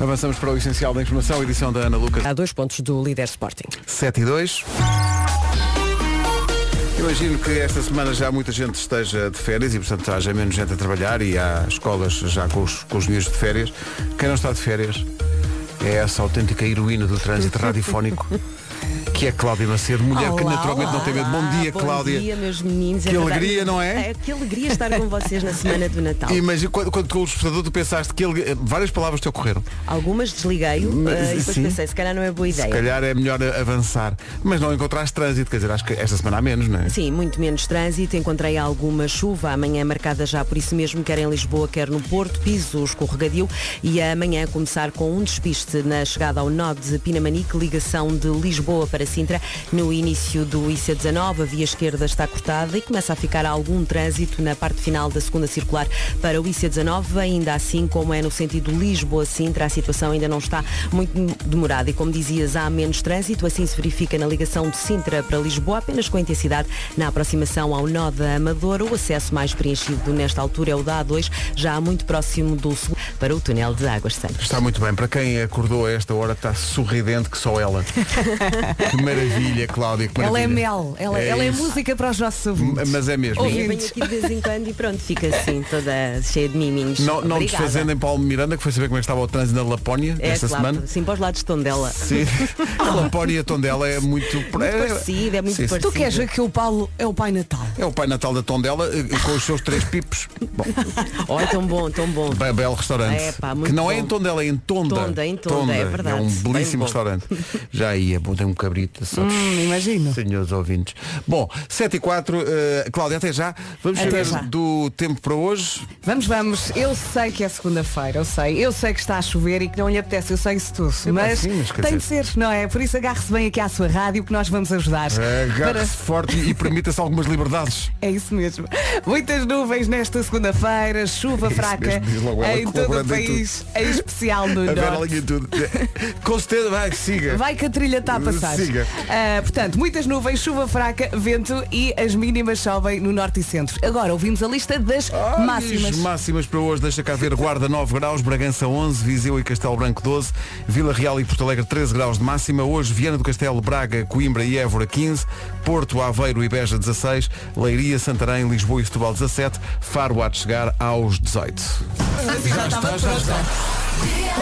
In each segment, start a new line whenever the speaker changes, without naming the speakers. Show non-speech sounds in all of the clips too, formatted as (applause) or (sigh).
Avançamos para o Essencial da Informação, edição da Ana Lucas.
Há dois pontos do líder Sporting.
7 e 2. Imagino que esta semana já muita gente esteja de férias e, portanto, haja menos gente a trabalhar e há escolas já com os, com os miúdos de férias. Quem não está de férias é essa autêntica heroína do
(laughs)
trânsito radiofónico, que é Cláudia Macedo, mulher que
Olá,
naturalmente não tem medo. Bom
olá,
dia, Cláudia.
Bom dia, meus meninos. É
Que
verdade.
alegria, não é?
Que alegria estar com vocês na semana do Natal.
Imagina, quando, quando tu o despertador, tu pensaste que ele, várias palavras te ocorreram.
Algumas desliguei uh,
Mas,
e depois
Hum, sim.
pensei, se calhar não é boa
Se
ideia.
calhar é melhor avançar. Mas não encontraste trânsito, quer dizer, acho que esta semana há menos, não é?
Sim, muito menos trânsito, encontrei alguma chuva, amanhã é marcada já por isso mesmo, quer em Lisboa, quer no Porto, piso escorregadio e amanhã a começar com um despiste na chegada ao nó de Pinamanique, ligação de Lisboa para Sintra, no início do IC19, a via esquerda está cortada e começa a ficar algum trânsito na parte final da segunda circular para o IC19, ainda assim como é no sentido Lisboa-Sintra, a situação ainda não está muito demorada e como dizias, há menos trânsito, assim se verifica na ligação de Sintra para Lisboa, apenas com intensidade na aproximação ao nó da Amadora, o acesso mais preenchido nesta altura é o da A2, já muito próximo do sul para o túnel de Águas Santas.
Está muito bem. Para quem acordou a esta hora, está sorridente que só ela. que maravilha, Cláudia. que
Ela é
maravilha.
mel, ela é, ela é
isso.
música para os nossos ouvintes.
Mas é mesmo.
Ouvi-
Eu venho aqui de vez em quando e pronto, fica assim, toda cheia de miminhos.
Não, não
Obrigada.
desfazendo em Paulo Miranda, que foi saber como é que estava o trânsito na Lapónia
É,
esta
claro,
semana.
sim, para os lados de Tondela.
Sim. A Lapónia Tondela é muito, muito
parecida, é muito
Tu queres ver que o Paulo é o Pai Natal?
É o Pai Natal da Tondela eh, com os seus três pipos. Bom,
Olha, tão bom, tão bom.
be- belo restaurante.
É, pá, muito
que não é
bom.
em Tondela, é em Tonda.
Tonda, em Tonda, é verdade.
um
Bem
belíssimo
bom. (laughs)
restaurante. Já aí é bom, tem um cabrito. Só...
Hum, imagino.
Senhores ouvintes. Bom, 7 e 4, Cláudia, até já. Vamos
Até
saber
já.
do tempo para hoje.
Vamos, vamos. Eu sei que é segunda-feira, eu sei. Eu sei que está a chover e que não lhe apetece, eu sei isso tudo. mas
sim, mas quer
tem de ser, não é? Por isso agarre-se bem aqui à sua rádio que nós vamos ajudar.
É.
Para-
Agarre-se forte e permita-se algumas liberdades.
É isso mesmo. Muitas nuvens nesta segunda-feira, chuva
É isso
fraca
mesmo, diz logo ela,
em todo o
colaborando em
país, em especial no
A
norte.
Vera linha tudo. (laughs) Com certeza, vai, siga.
Vai que a trilha está a passar.
Siga.
Ah, portanto, muitas nuvens, chuva fraca, vento e as mínimas sobem no norte e centro. Agora ouvimos a lista das
Ai,
máximas.
máximas para hoje, deixa cá ver Guarda 9 graus, Bragança 11, Viseu e Castelo Branco 12, Vila Real e Porto Alegre 13 graus de máxima, hoje Viana do Castelo, Braga, Coimbra e Évora 15, Porto, Aveiro e Beja 16, Leiria, Santarém, Lisboa e Setúbal 17, Faro há de chegar aos 18.
já estava pronta.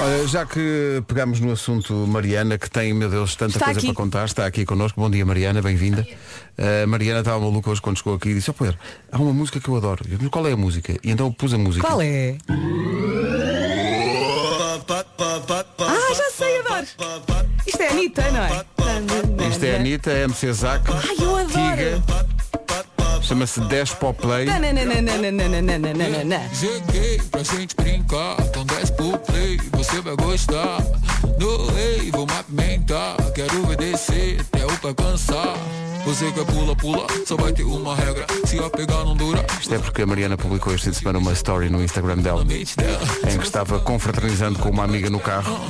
Olha, já que pegamos no assunto Mariana, que tem, meu Deus, tanta
Está
coisa
aqui.
para contar, está aqui connosco. Bom dia, Mariana, bem-vinda. A Mariana estava maluca hoje quando chegou aqui e disse, ó Pedro, há uma música que eu adoro. Eu, Mas qual é a música? E então eu pus a música.
Qual é? Ah, já sei, adoro. Isto é a Anitta, não é?
Isto é a Anitta, é MC Zac,
Ai, eu adoro.
Tiga, chama-se 10 Pop Play.
Nanananananananananana.
Cheguei pra gente brincar, então desce pro play, você vai gostar. No rei, vou me apimentar, quero ver descer até o pé cansar. Você quer pula, pula, só vai ter uma regra, se a pegar não dura,
Isto é porque a Mariana publicou este fim de semana uma story no Instagram dela,
mente dela.
em que estava confraternizando com uma amiga no carro,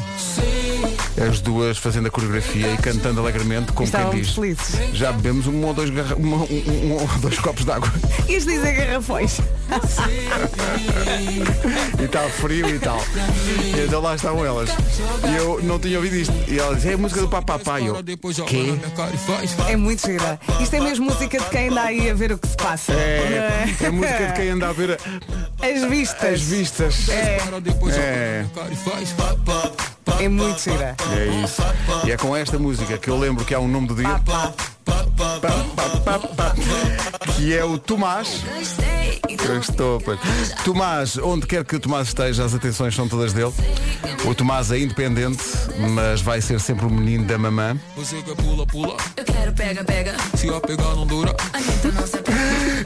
as duas fazendo a coreografia e cantando alegremente, como quem
Estávamos
diz.
felizes.
Já bebemos um ou dois, garra- uma- um- um- um ou dois copos de água.
Isto dizem garrafões.
E está frio e tal. E então lá estavam elas. E eu não tinha ouvido isto. E ela disse, é a música do papapá. E eu,
Depois joga
"Quê?"
na minha cara e faz.
É muito gira. Isto é mesmo música de quem anda aí a ver o que se passa.
É, é a música de quem anda a ver
As
a- as
vistas.
vistas.
Para depois joga
É.
na minha cara e faz. Pá, pá, pá,
É muito gira.
É isso. E é com esta música que eu lembro que há um nome do dia. Pá, pá, pá, pá. Que é o Tomás. Eu estou, pois. Tomás, onde quer que o Tomás esteja, as atenções são todas dele. O Tomás é independente, mas vai ser sempre o menino da mamã.
Você quer pula, pula,
Eu quero pega, pega.
se a pegar não dura.
Anitta não se apega.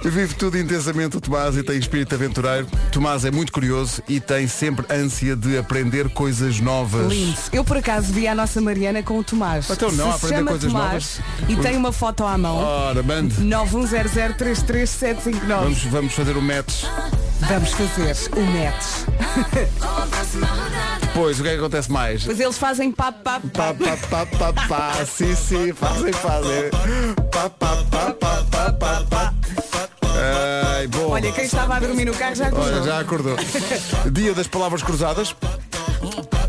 Vive tudo intensamente o Tomás e tem espírito aventureiro. Tomás é muito curioso e tem sempre ânsia de aprender coisas novas.
Lindo. Eu por acaso vi a nossa Mariana com o Tomás.
Então não,
Se
aprender
chama
coisas
Tomás
novas.
E tem uma foto à mão.
Ora, mande.
910033759.
Vamos, vamos fazer o match.
Vamos fazer o Mets.
Ó, próxima rodada.
Pois, o que é que acontece mais?
Pois eles fazem pap, pap,
Pá,
pap.
pá, pá, pá, pá, sim, sim, fazem, fazem. Pá, pá, pá, pá, pá, pá, pá. Ai, Ai, bom.
Olha, quem estava a dormir no carro já
Olha,
acordou.
já acordou. Dia das palavras cruzadas.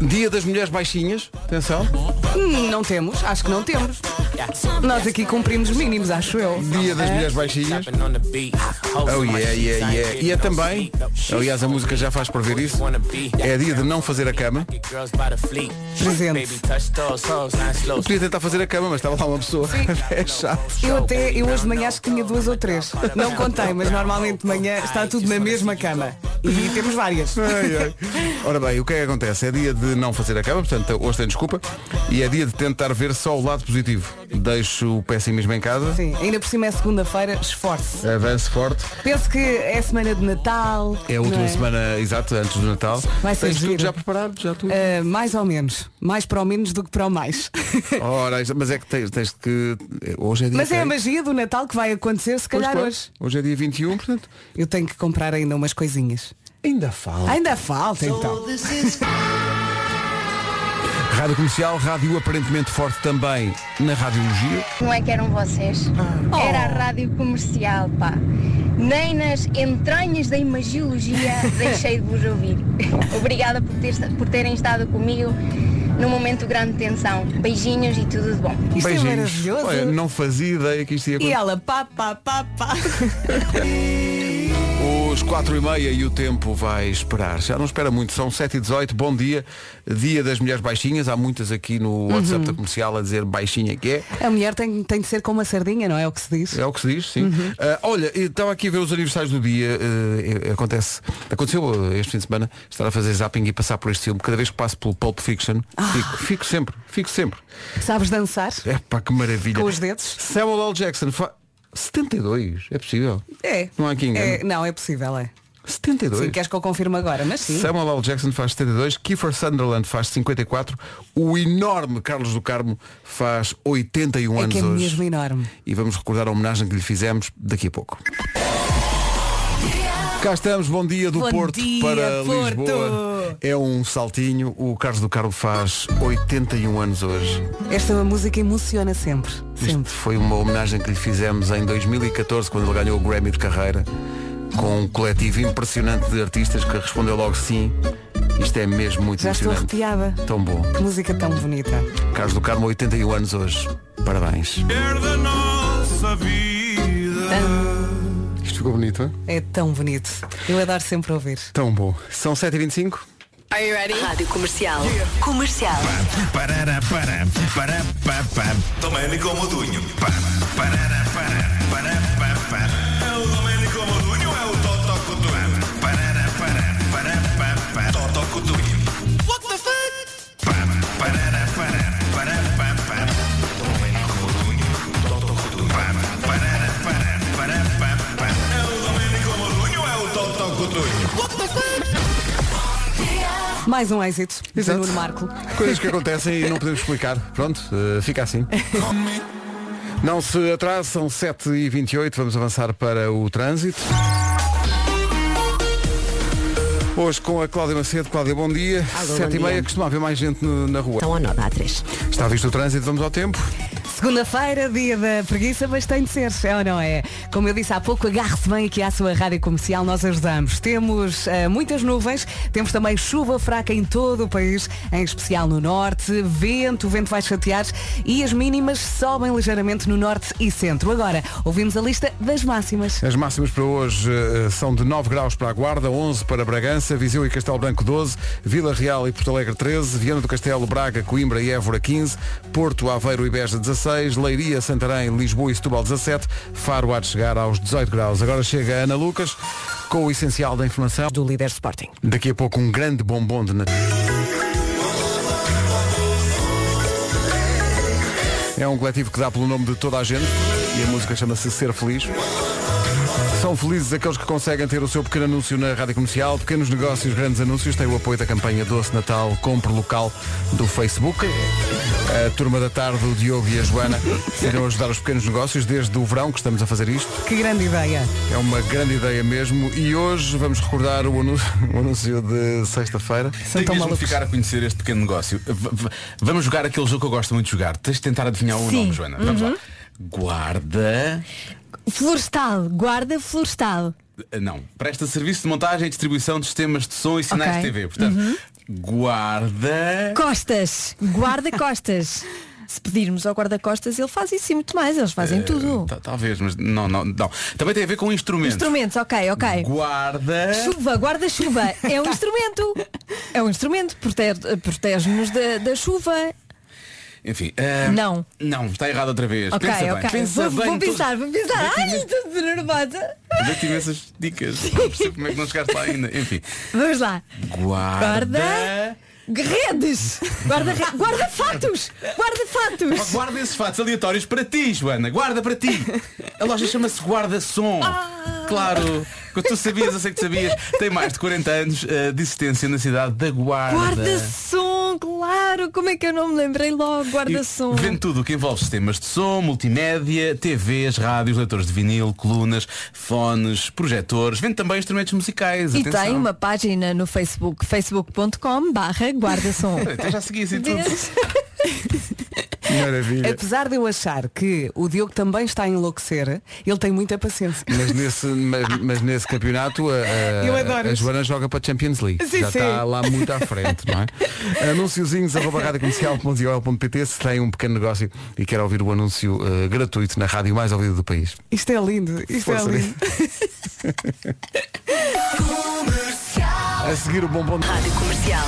Dia das mulheres baixinhas. Atenção.
Hum, não temos, acho que não temos. Nós aqui cumprimos mínimos, acho eu. Eh,
Dia das mulheres baixinhas. Oh yeah, yeah, yeah. E é também, aliás a música já faz prever isso, é dia de não fazer a cama.
Presente.
Podia tentar fazer a cama, mas estava lá uma pessoa. (laughs) É chato.
Eu até, eu hoje de manhã acho que tinha duas ou três. Não contei, mas normalmente de manhã está tudo na mesma cama. E temos várias.
Ai, ai. Ora bem, o que é que acontece? É dia de não fazer a cama, portanto hoje tem desculpa, e é dia de tentar ver só o lado positivo. Deixo o pessimismo em casa,
Sim, ainda por cima é segunda-feira, esforce.
avance forte.
Penso que é semana de Natal.
É a última
não
semana exato, antes do Natal.
Vai ser
Tens tudo
giro.
já preparado, já tudo.
Ah, mais ou menos. Mais para o menos do que para o
(laughs)
mais.
Ora, isso- mas é que tens, tens que. Hoje é dia
Mas é a
6.
magia do Natal que vai acontecer, se
Pois,
calhar
claro.
hoje.
Hoje é dia 21, portanto.
Eu tenho que comprar ainda umas coisinhas.
Ainda fala.
Ainda falta então.
Rádio Comercial, rádio aparentemente forte também na radiologia.
Não é que eram vocês.
Ah.
Era
Oh.
a rádio comercial, pá. Nem nas entranhas da imagiologia
(laughs)
deixei de vos ouvir. (laughs) Obrigada por, ter- por terem estado comigo num momento de grande tensão. Beijinhos e tudo de bom.
Isto é
Beijinhos.
maravilhoso.
Olha, não fazia ideia que isto ia
E
acontecer.
ela, pá, pá, pá, pá.
Os 4 e meia e o tempo vai esperar. Já não espera muito, são 7 e 18 bom dia. Dia das mulheres baixinhas. Há muitas aqui no
Uhum.
WhatsApp da comercial a dizer baixinha que é.
A mulher tem, tem de ser como a sardinha, não é o que se diz?
É o que se diz, sim.
Uhum.
Ah, olha, eu estava aqui a ver os aniversários do dia. eh, eh, acontece. Aconteceu eh, este fim de semana estar a fazer zapping e passar por este filme. Cada vez que passo pelo Pulp Fiction,
Ah.
fico, fico sempre, fico sempre.
Sabes dançar?
É pá, que maravilha.
Com os dedos?
Samuel L. Jackson, fa... 72, é possível?
É.
Não há aqui engano.
É, não, é possível, é.
72.
Sim, queres que eu confirme agora, mas sim.
Samuel L. Jackson faz 72, Kiefer Sunderland faz 54, o enorme Carlos do Carmo faz 81
É
anos
que é
hoje.
mesmo enorme.
E vamos recordar a homenagem que lhe fizemos daqui a pouco. Cá estamos, bom dia do
Bom
Porto
dia,
para
Porto.
Lisboa. É um saltinho, o Carlos do Carmo faz 81 anos hoje.
Esta música emociona sempre.
Isto
Sempre.
foi uma homenagem que lhe fizemos em 2014, quando ele ganhou o Grammy de carreira, com um coletivo impressionante de artistas que respondeu logo sim. Isto é mesmo muito
Já estou
emocionante.
arrepiada.
Tão bom.
Que Música tão bonita.
Carlos do Carmo, 81 anos hoje. Parabéns. Isto ficou bonito, é?
É tão bonito. Eu adoro sempre ouvir.
Tão bom. São 7h25.
Rádio Comercial. Comercial.
Parará, pará, pará, pá, pá. Domenico Modugno. Pá, parará, pará, pará, pá, pá. É o Domenico Modugno, é o Totó Cotuano. Parará, pará, pará, pá, pá. Totó Cotuano. What the fuck? Pá, parará, pará, pará, pá, pá. Domenico Modugno, Totó Cotuano. Pá, parará, pará, pará, pá, pá. É o Domenico Modugno, é o Totó Cotuano.
Mais um êxito de
Exato.
Nuno Marco.
Coisas que acontecem e não podemos explicar. Pronto, eh, fica assim. Não se atrase, são 7h28, vamos avançar para o trânsito. Hoje com a Cláudia Macedo. Cláudia, bom dia.
Alô, bom
7h30,
dia. Então.
costuma haver mais gente no- na rua.
Estão a nota A3.
Está visto o trânsito, vamos ao tempo.
Segunda-feira, dia da preguiça, mas tem de ser, é ou não é? Como eu disse há pouco, agarre-se bem aqui à sua rádio comercial, nós ajudamos. Temos eh, muitas nuvens, temos também chuva fraca em todo o país, em especial no norte, vento, o vento vai chatear e as mínimas sobem ligeiramente no norte e centro. Agora, ouvimos a lista das máximas.
As máximas para hoje eh, são de 9 graus para a Guarda, 11 para Bragança, Viseu e Castelo Branco 12, Vila Real e Porto Alegre 13, Viana do Castelo, Braga, Coimbra e Évora 15, Porto, Aveiro e Beja 16, Leiria, Santarém, Lisboa e Setúbal 17, Faro há de chegar aos 18 graus. Agora chega a Ana Lucas com o essencial da informação.
Do líder Sporting.
Daqui a pouco um grande bombom de Natal. É um coletivo que dá pelo nome de toda a gente e a música chama-se Ser Feliz. São felizes aqueles que conseguem ter o seu pequeno anúncio na rádio comercial. Pequenos negócios, grandes anúncios. Tem o apoio da campanha Doce Natal Compre Local do Facebook. A turma da tarde, o Diogo e a Joana, (laughs) irão ajudar os pequenos negócios desde o verão que estamos a fazer isto.
Que grande ideia.
É uma grande ideia mesmo e hoje vamos recordar o
(laughs)
anúncio, o anúncio de sexta-feira.
São
Tenho
tão
mesmo de
malucos.
ficar a conhecer este pequeno negócio. V- v- vamos jogar aquele jogo que eu gosto muito de jogar. Tens de tentar adivinhar o
Sim.
nome,
Uhum.
Joana. Vamos lá. Guarda.
Florestal, guarda florestal.
Eh, Não. Presta serviço de montagem e distribuição de sistemas de som e
Ok.
sinais
Uhum.
de TV. Portanto, guarda.
Costas, guarda-costas. Se pedirmos ao guarda-costas, ele faz isso e muito mais. Eles
É,
fazem tudo.
Eh, Ta- Talvez, mas não, não, não. Também tem a ver com instrumentos.
Instrumentos, ok, ok.
Guarda.
Chuva, guarda-chuva, é um instrumento. É um instrumento, protege- protege-nos da, da chuva.
Enfim. eh,
Não.
Não, está errado outra vez.
Ok,
Pensa
ok.
bem. Pensa
vou,
bem.
vou
tu-
pensar, vou pensar. Ai,
é
estou nervosa.
Dei-te imensas dicas. Não percebo como é que não chegaste lá ainda. Enfim.
Vamos lá.
Guarda.
Redes! Guarda-fatos! Guarda fatos guarda
Oh,
fatos
Guarda esses fatos aleatórios para ti, Joana. Guarda para ti. A loja chama-se Guarda-Som. Claro. Que tu sabias, eu sei que tu sabias. Tem mais de 40 anos eh, de existência na cidade da Guarda.
Guarda-som, claro! Como é que eu não me lembrei logo? Guarda-som.
E Vende tudo o que envolve sistemas de som, multimédia, TVs, rádios, leitores de vinil, colunas, fones, projetores. Vende também instrumentos musicais.
E
atenção.
tem uma página no Facebook, facebook.com barra guarda-som.
Até já
(laughs)
segui assim (laughs) tudo.
Vês?
Maravilha.
Apesar de eu achar que o Diogo também está a enlouquecer, ele tem muita paciência.
Mas nesse, mas, mas nesse campeonato a, a-
Eu adoro
a
isso.
Joana joga para a Champions League.
Sim,
Já
sim.
está lá muito à frente, não
(laughs)
é? Anunciozinhos arroba radiocomercial.pt se tem um pequeno negócio e quer ouvir o anúncio eh, gratuito na rádio mais ouvida do país.
Isto é lindo, isto
Força,
é lindo.
(laughs) A seguir o bombom
Rádio Comercial.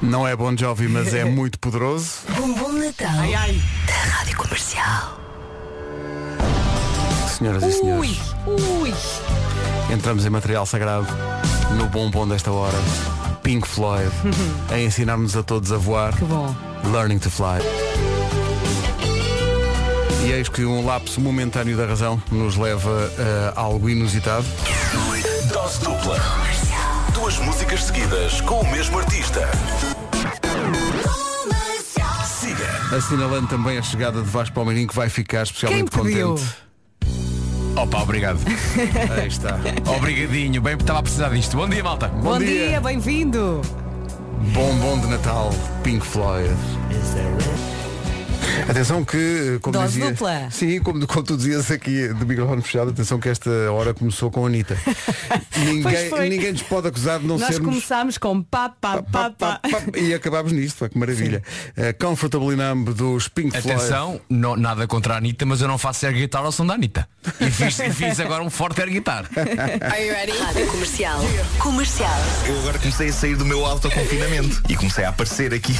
não é Bon Jovi,
(laughs)
mas é muito poderoso.
Bom Bom Natal. Da Rádio Comercial.
Senhoras e senhores,
Ui!
entramos em material sagrado no bombom desta hora.
(laughs)
Pink Floyd a ensinar-nos a todos a voar.
Que bom.
Learning to Fly. E eis que um lapso momentâneo da razão nos leva eh, a algo inusitado.
Dose dupla. Duas músicas seguidas com o mesmo artista. Siga.
Assinalando também a chegada de Vasco Palmeirinho, que vai ficar especialmente
Quem pediu?
contente.
Opa,
(laughs)
obrigado.
Aí está.
Obrigadinho. Bem, estava a precisar disto. Bom dia, malta.
Bom,
Bom,
dia.
dia, bem-vindo.
Bombom de Natal, Pink Floyd. Atenção que, eh, como
Dose
dizia,
dupla.
Sim, como, como tu dizias aqui de microfone fechado, atenção que esta hora começou com
(laughs)
a Anitta. ninguém,
foi.
ninguém nos pode acusar de não
Nós
sermos
começámos com pá, pá, pá, pá.
E acabámos nisto, pá, que maravilha. Uh, Comfortable in Numb dos Pink Floyd.
Atenção, não- nada contra a Anitta, mas eu não faço air guitar ao som da Anitta. E fiz, (laughs) e fiz agora um forte air guitar.
Are you ready? Rádio Comercial. Comercial.
Eu agora comecei a sair do meu autoconfinamento e comecei a aparecer aqui.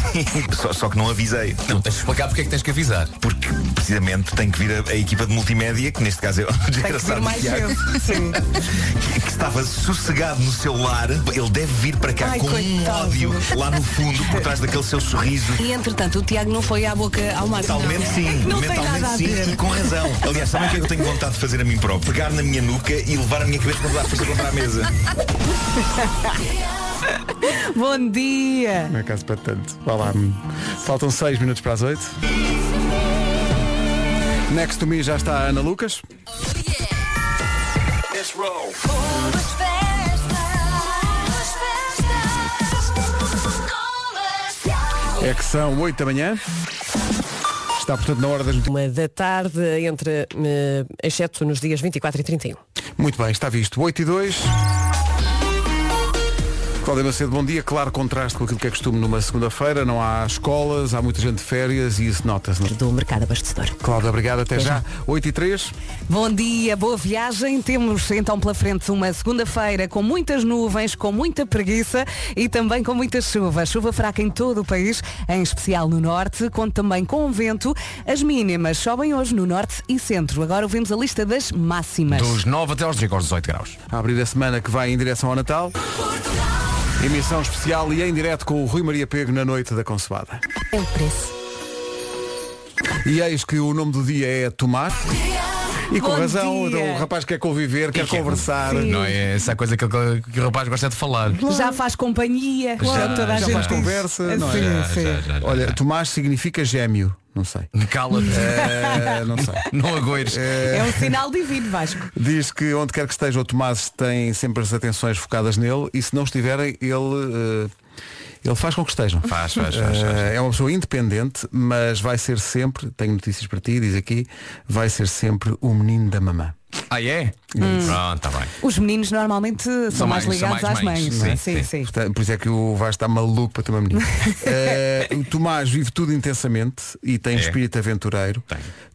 (laughs) Só, só que não avisei.
Não, tens de explicar porque é que tens que avisar.
Porque precisamente tem que vir a, a equipa de multimédia, que neste caso é o
Tem que vir
desgraçado
mais
Tiago,
cedo. Sim.
que, que estava sossegado no seu lar. Ele deve vir para cá
Ai,
com um
coitado.
ódio lá no fundo, por trás daquele seu sorriso.
E entretanto o Tiago não foi à boca ao mar.
Mentalmente sim,
Não tem
mentalmente
nada a
sim,
ver.
e com razão. Aliás, sabem o que é que eu tenho vontade de fazer a mim próprio? Pegar na minha nuca e levar a minha cabeça para dar força contra a mesa.
Bom dia.
Não é caso para tanto. Vá lá. Faltam 6 minutos para as 8. Next to me já está a Ana Lucas. É que são 8 da manhã. Está, portanto, na hora das notícias.
Uma da tarde, entre, eh, exceto nos dias 24 e 31.
Muito bem, está visto. 8 e 2. Cláudia Macedo, bom dia. Claro contraste com aquilo que é costume numa segunda-feira. Não há escolas, há muita gente de férias e isso nota-se. não é?
Do mercado abastecedor.
Cláudia, obrigado. Até já. 8 e 3.
Bom dia, boa viagem. Temos então pela frente uma segunda-feira com muitas nuvens, com muita preguiça e também com muita chuva. Chuva fraca em todo o país, em especial no norte, conto também com vento. As mínimas sobem hoje no norte e centro. Agora ouvimos a lista das máximas.
Dos 9 até aos 18 graus.
a abrir a semana que vai em direção ao Natal. Emissão especial e em direto com o Rui Maria Pego na noite da Consoada.
É o preço.
E eis que o nome do dia é Tomás. E com
Bom
razão,
dia.
o rapaz quer conviver, quer conversar.
Não é essa coisa que, ele- que o rapaz gosta de falar.
Já faz companhia, já, toda a
já
gente
faz
diz.
conversa, não é?
Sim,
Já,
sim.
já, já, já.
Olha, Tomás significa gêmeo. Não
(laughs)
sei.
Cala-te.
Eh, não sei.
Não agoires.
É um sinal divino, Vasco.
Diz que onde quer que esteja o Tomás tem sempre as atenções focadas nele e se não estiverem, ele. eh, Ele faz com que estejam.
Faz, faz, faz,
Eh, É uma pessoa independente, mas vai ser sempre, tenho notícias para ti, diz aqui, vai ser sempre o menino da mamã.
Ah, é?
Hum.
Pronto,
tá
está bem.
Os meninos normalmente são,
São
mais,
mais- são
ligados
mais
às mães.
mães,
não é?
sim,
sim. sim.
Portanto, por isso é que o Vasco está maluco para ter uma menina. Eh, o Tomás vive tudo intensamente e tem
É.
espírito aventureiro.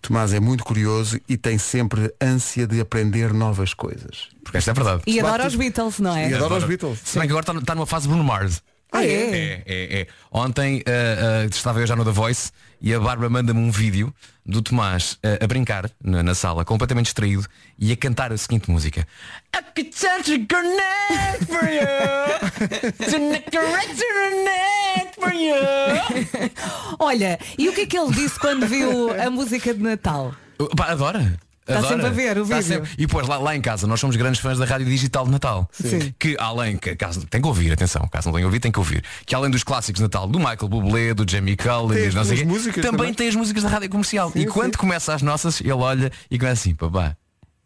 Tomás é muito curioso e tem sempre ânsia de aprender novas coisas.
Porque esta é verdade.
E adora os Beatles, não é?
Beatles.
Se bem que agora está, está numa fase Bruno Mars.
Ah, é?
É, é, é. Ontem ah, ah, estava eu já no The Voice e a Bárbara manda-me um vídeo do Tomás ah, a brincar na, na sala, completamente distraído, e a cantar a seguinte música. I could touch a grenade for you. To correct a grenade for you.
Olha, e o que é que ele disse quando
(laughs)
viu a música de Natal?
Pá, adora.
Está
Adora.
sempre a ver o
Está
vídeo.
E pois lá, lá em casa, nós somos grandes fãs da Rádio Digital de Natal.
Sim.
Que além, que, caso tem que ouvir, atenção, caso não tenha ouvido, tem que ouvir. Que além dos clássicos de Natal do Michael Bublé, do Jamie
Tem
Collins,
as
não sei
tuas
quê,
músicas
também,
também.
tem as músicas da Rádio Comercial.
Sim,
e quando começa as nossas, ele olha e começa assim, papá.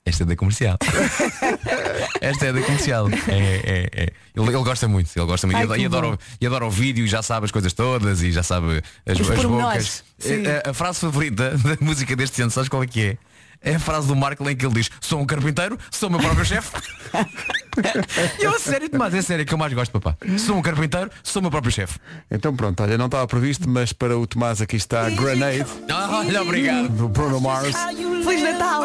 Esta é da comercial. Esta é da comercial. (laughs) É, é, é. Ele, ele gosta muito, ele gosta muito.
Ai, que
e, adora, e adora
bom.
o- e adora o vídeo e já sabe as coisas todas e já sabe as,
Os
as
pormenores.
bocas.
Sim.
É, a, a frase favorita (laughs) da música deste ano, sabes qual é que é? É a frase do Marco em que ele diz Sou um carpinteiro, sou o meu próprio
(laughs)
chefe E eu a sério, Tomás, é a sério que eu mais gosto, papá Sou um carpinteiro, sou o meu próprio chefe
Então pronto, olha, não estava previsto, mas para o Tomás aqui está a Grenade.
Ah, olha, obrigado.
Do Bruno Mars.
Feliz Natal!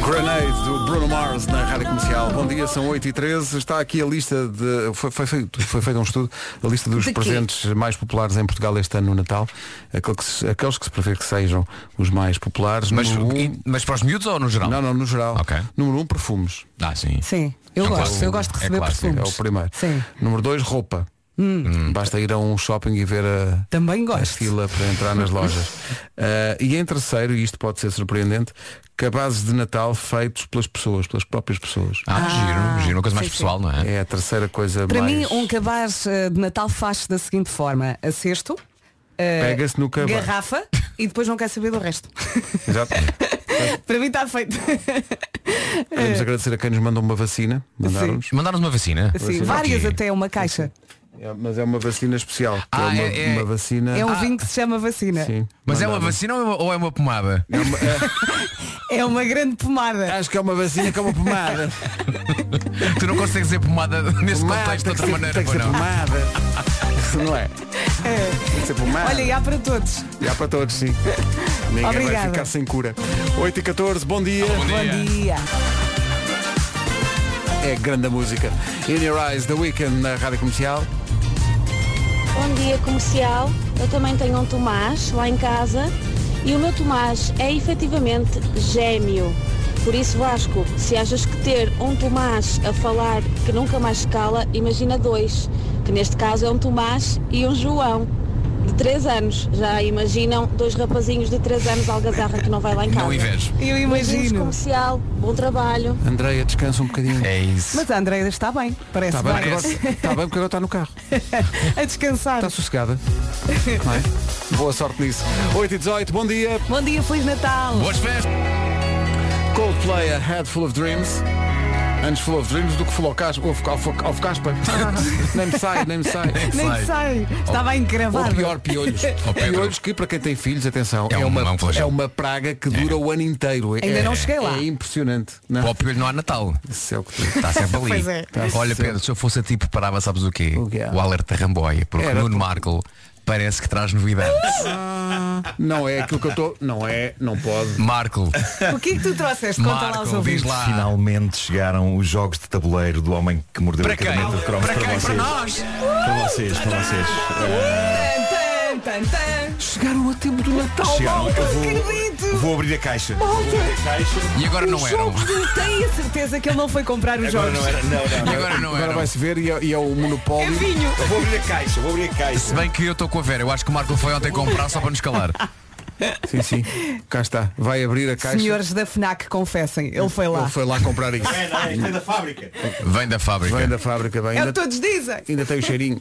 Grenade do Bruno Mars na Rádio Comercial. Bom dia, são 8 e 13 Está aqui a lista de. Foi, foi, feito- foi feito um estudo, a lista dos
De quê?
presentes mais populares em Portugal este ano no Natal. Aquele que se- Aqueles que se prevê que sejam os mais populares.
Mas-
Número um,
e- mas para os miúdos ou no geral?
Não, não, no geral. Número 1, um, perfumes.
Ah, sim.
Sim, eu
É um
gosto,
clássico.
eu gosto de
É
receber
clássico,
perfumes.
É o primeiro.
Sim.
Número 2, roupa.
Hum.
Basta ir a um shopping e ver a,
Também
a fila para entrar nas
(laughs)
lojas. Ah, e em terceiro, e isto pode ser surpreendente, cabazes de Natal feitos pelas pessoas, pelas próprias pessoas.
Ah, giro, giro, uma coisa mais
sim, sim.
pessoal, não é?
É a terceira coisa
Para
mais.
mim, um cabaz eh, de Natal faz-se da seguinte forma. A cesto, eh,
Pega-se no cabaz.
garrafa e depois não quer saber do
(laughs)
resto.
Exato.
Para mim está feito.
Queremos agradecer a quem nos mandou uma vacina. Mandaram-nos.
Mandaram-nos uma vacina?
Sim, várias até uma caixa.
É, mas é uma vacina especial. que
Ah,
é uma,
é- é-
uma vacina. Ah.
É um vinho que se chama vacina.
Sim.
Mas é uma
Mandaram.
vacina ou é uma- ou é uma pomada?
É uma grande pomada.
Acho que é uma vacina que é uma
(laughs)
pomada.
(laughs) Tu não consegues dizer pomada neste
Pomada, tem
contexto de
que
outra
ser-
maneira,
tem que
pois
ser
não?
pomada. (laughs) Isso não é. Tem que ser pomada.
Olha, e há para todos.
E há para todos, sim. Ninguém vai
Obrigada.
ficar sem cura. 8 e 14 bom dia.
Tá
Bom dia.
É grande a música. In Your Eyes, The Weekend na Rádio Comercial.
Bom dia, comercial. Eu também tenho um Tomás lá em casa e o meu Tomás é efetivamente gêmeo. Por isso, Vasco, se achas que ter um Tomás a falar que nunca mais cala, imagina dois, que neste caso é um Tomás e um João, de 3 anos. Já imaginam dois rapazinhos de 3 anos algazarra que não vai lá em casa.
invejo.
Eu
Beijinhos,
imagino.
comercial, bom trabalho.
Andreia, descansa um bocadinho.
É isso.
Mas a Andreia está bem. Parece
Está bem, porque agora, está bem porque agora está no carro.
A descansar.
Está Tá
(laughs)
sossegada. Não é? Boa sorte nisso. 8 e 18, bom dia.
Bom dia, Feliz Natal.
Boas festas.
Coldplay, A Head Full of Dreams. Antes Full of Dreams do que Full of Caspa. Ou Full
(laughs)
of Caspa. nem me sai, nem me sai.
Nem sei. Estava
Ou
encravado.
pior,
(laughs)
piolhos. piolhos que, para quem tem filhos, atenção, é,
um- é
uma,
um flagelo.
é uma praga que dura o ano inteiro. É-
Ainda não cheguei lá.
É impressionante. Não.
Para o piolho não há Natal.
Isso
(laughs)
é o que tu-
Está sempre ali.
Pois é.
Tá
Olha,
sempre.
Pedro, se eu fosse a ti preparava, sabes o quê? O,
quê?
alerta ramboia, porque
Era
Nuno Marco parece que traz novidades.
Não é aquilo que eu estou. Não é, não pode.
Marco,
O que é que tu trouxeste? Conta lá aos ouvintes.
Finalmente chegaram os jogos de tabuleiro do homem que mordeu
Para
a
quem?
caderneta de cromos
Para quem? Para
vocês.
nós?
Para vocês, para vocês.
Tan, tan, tan.
Chegaram a tempo do
Eh,
Natal.
chegaram,
malta,
eu
acredito.
vou, vou abrir a caixa. Vou abrir a caixa.
e agora não
Os
eram.
jogos do- Tenho a certeza que ele não foi comprar os
Agora
jogos.
não era, não, não.
E agora não
Agora
eram.
vai-se ver e é, e é o monopólio.
É vinho.
Vou abrir a caixa, vou abrir a
Se
caixa.
bem que eu estou com a Vera, eu acho que o Marco foi ontem comprar só para nos calar.
Sim, sim. Cá está. Vai abrir a caixa.
Senhores da FNAC, confessem. Ele foi lá.
Ele foi lá comprar isso.
É, não, isto é da fábrica.
Vem da fábrica.
Vem da fábrica,
É
bem.
o que
Ainda,
todos dizem.
ainda tem
(laughs)
o cheirinho.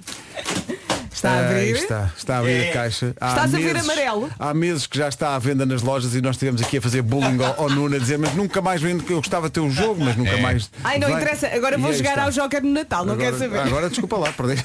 Está a
Aí
abrir.
está, está a abrir
É.
a caixa. Há
Estás a ver amarelo?
Há meses que já está à venda nas lojas e nós estivemos aqui a fazer bullying ao, ao Nuno a dizer, mas nunca mais vendo que eu gostava de ter um jogo, mas nunca
É.
mais.
Ai, não
Vai.
interessa. Agora
E
vou
aí
jogar
está.
ao Joker no Natal. Não
agora,
quer saber. (laughs)
Agora desculpa lá, perdi.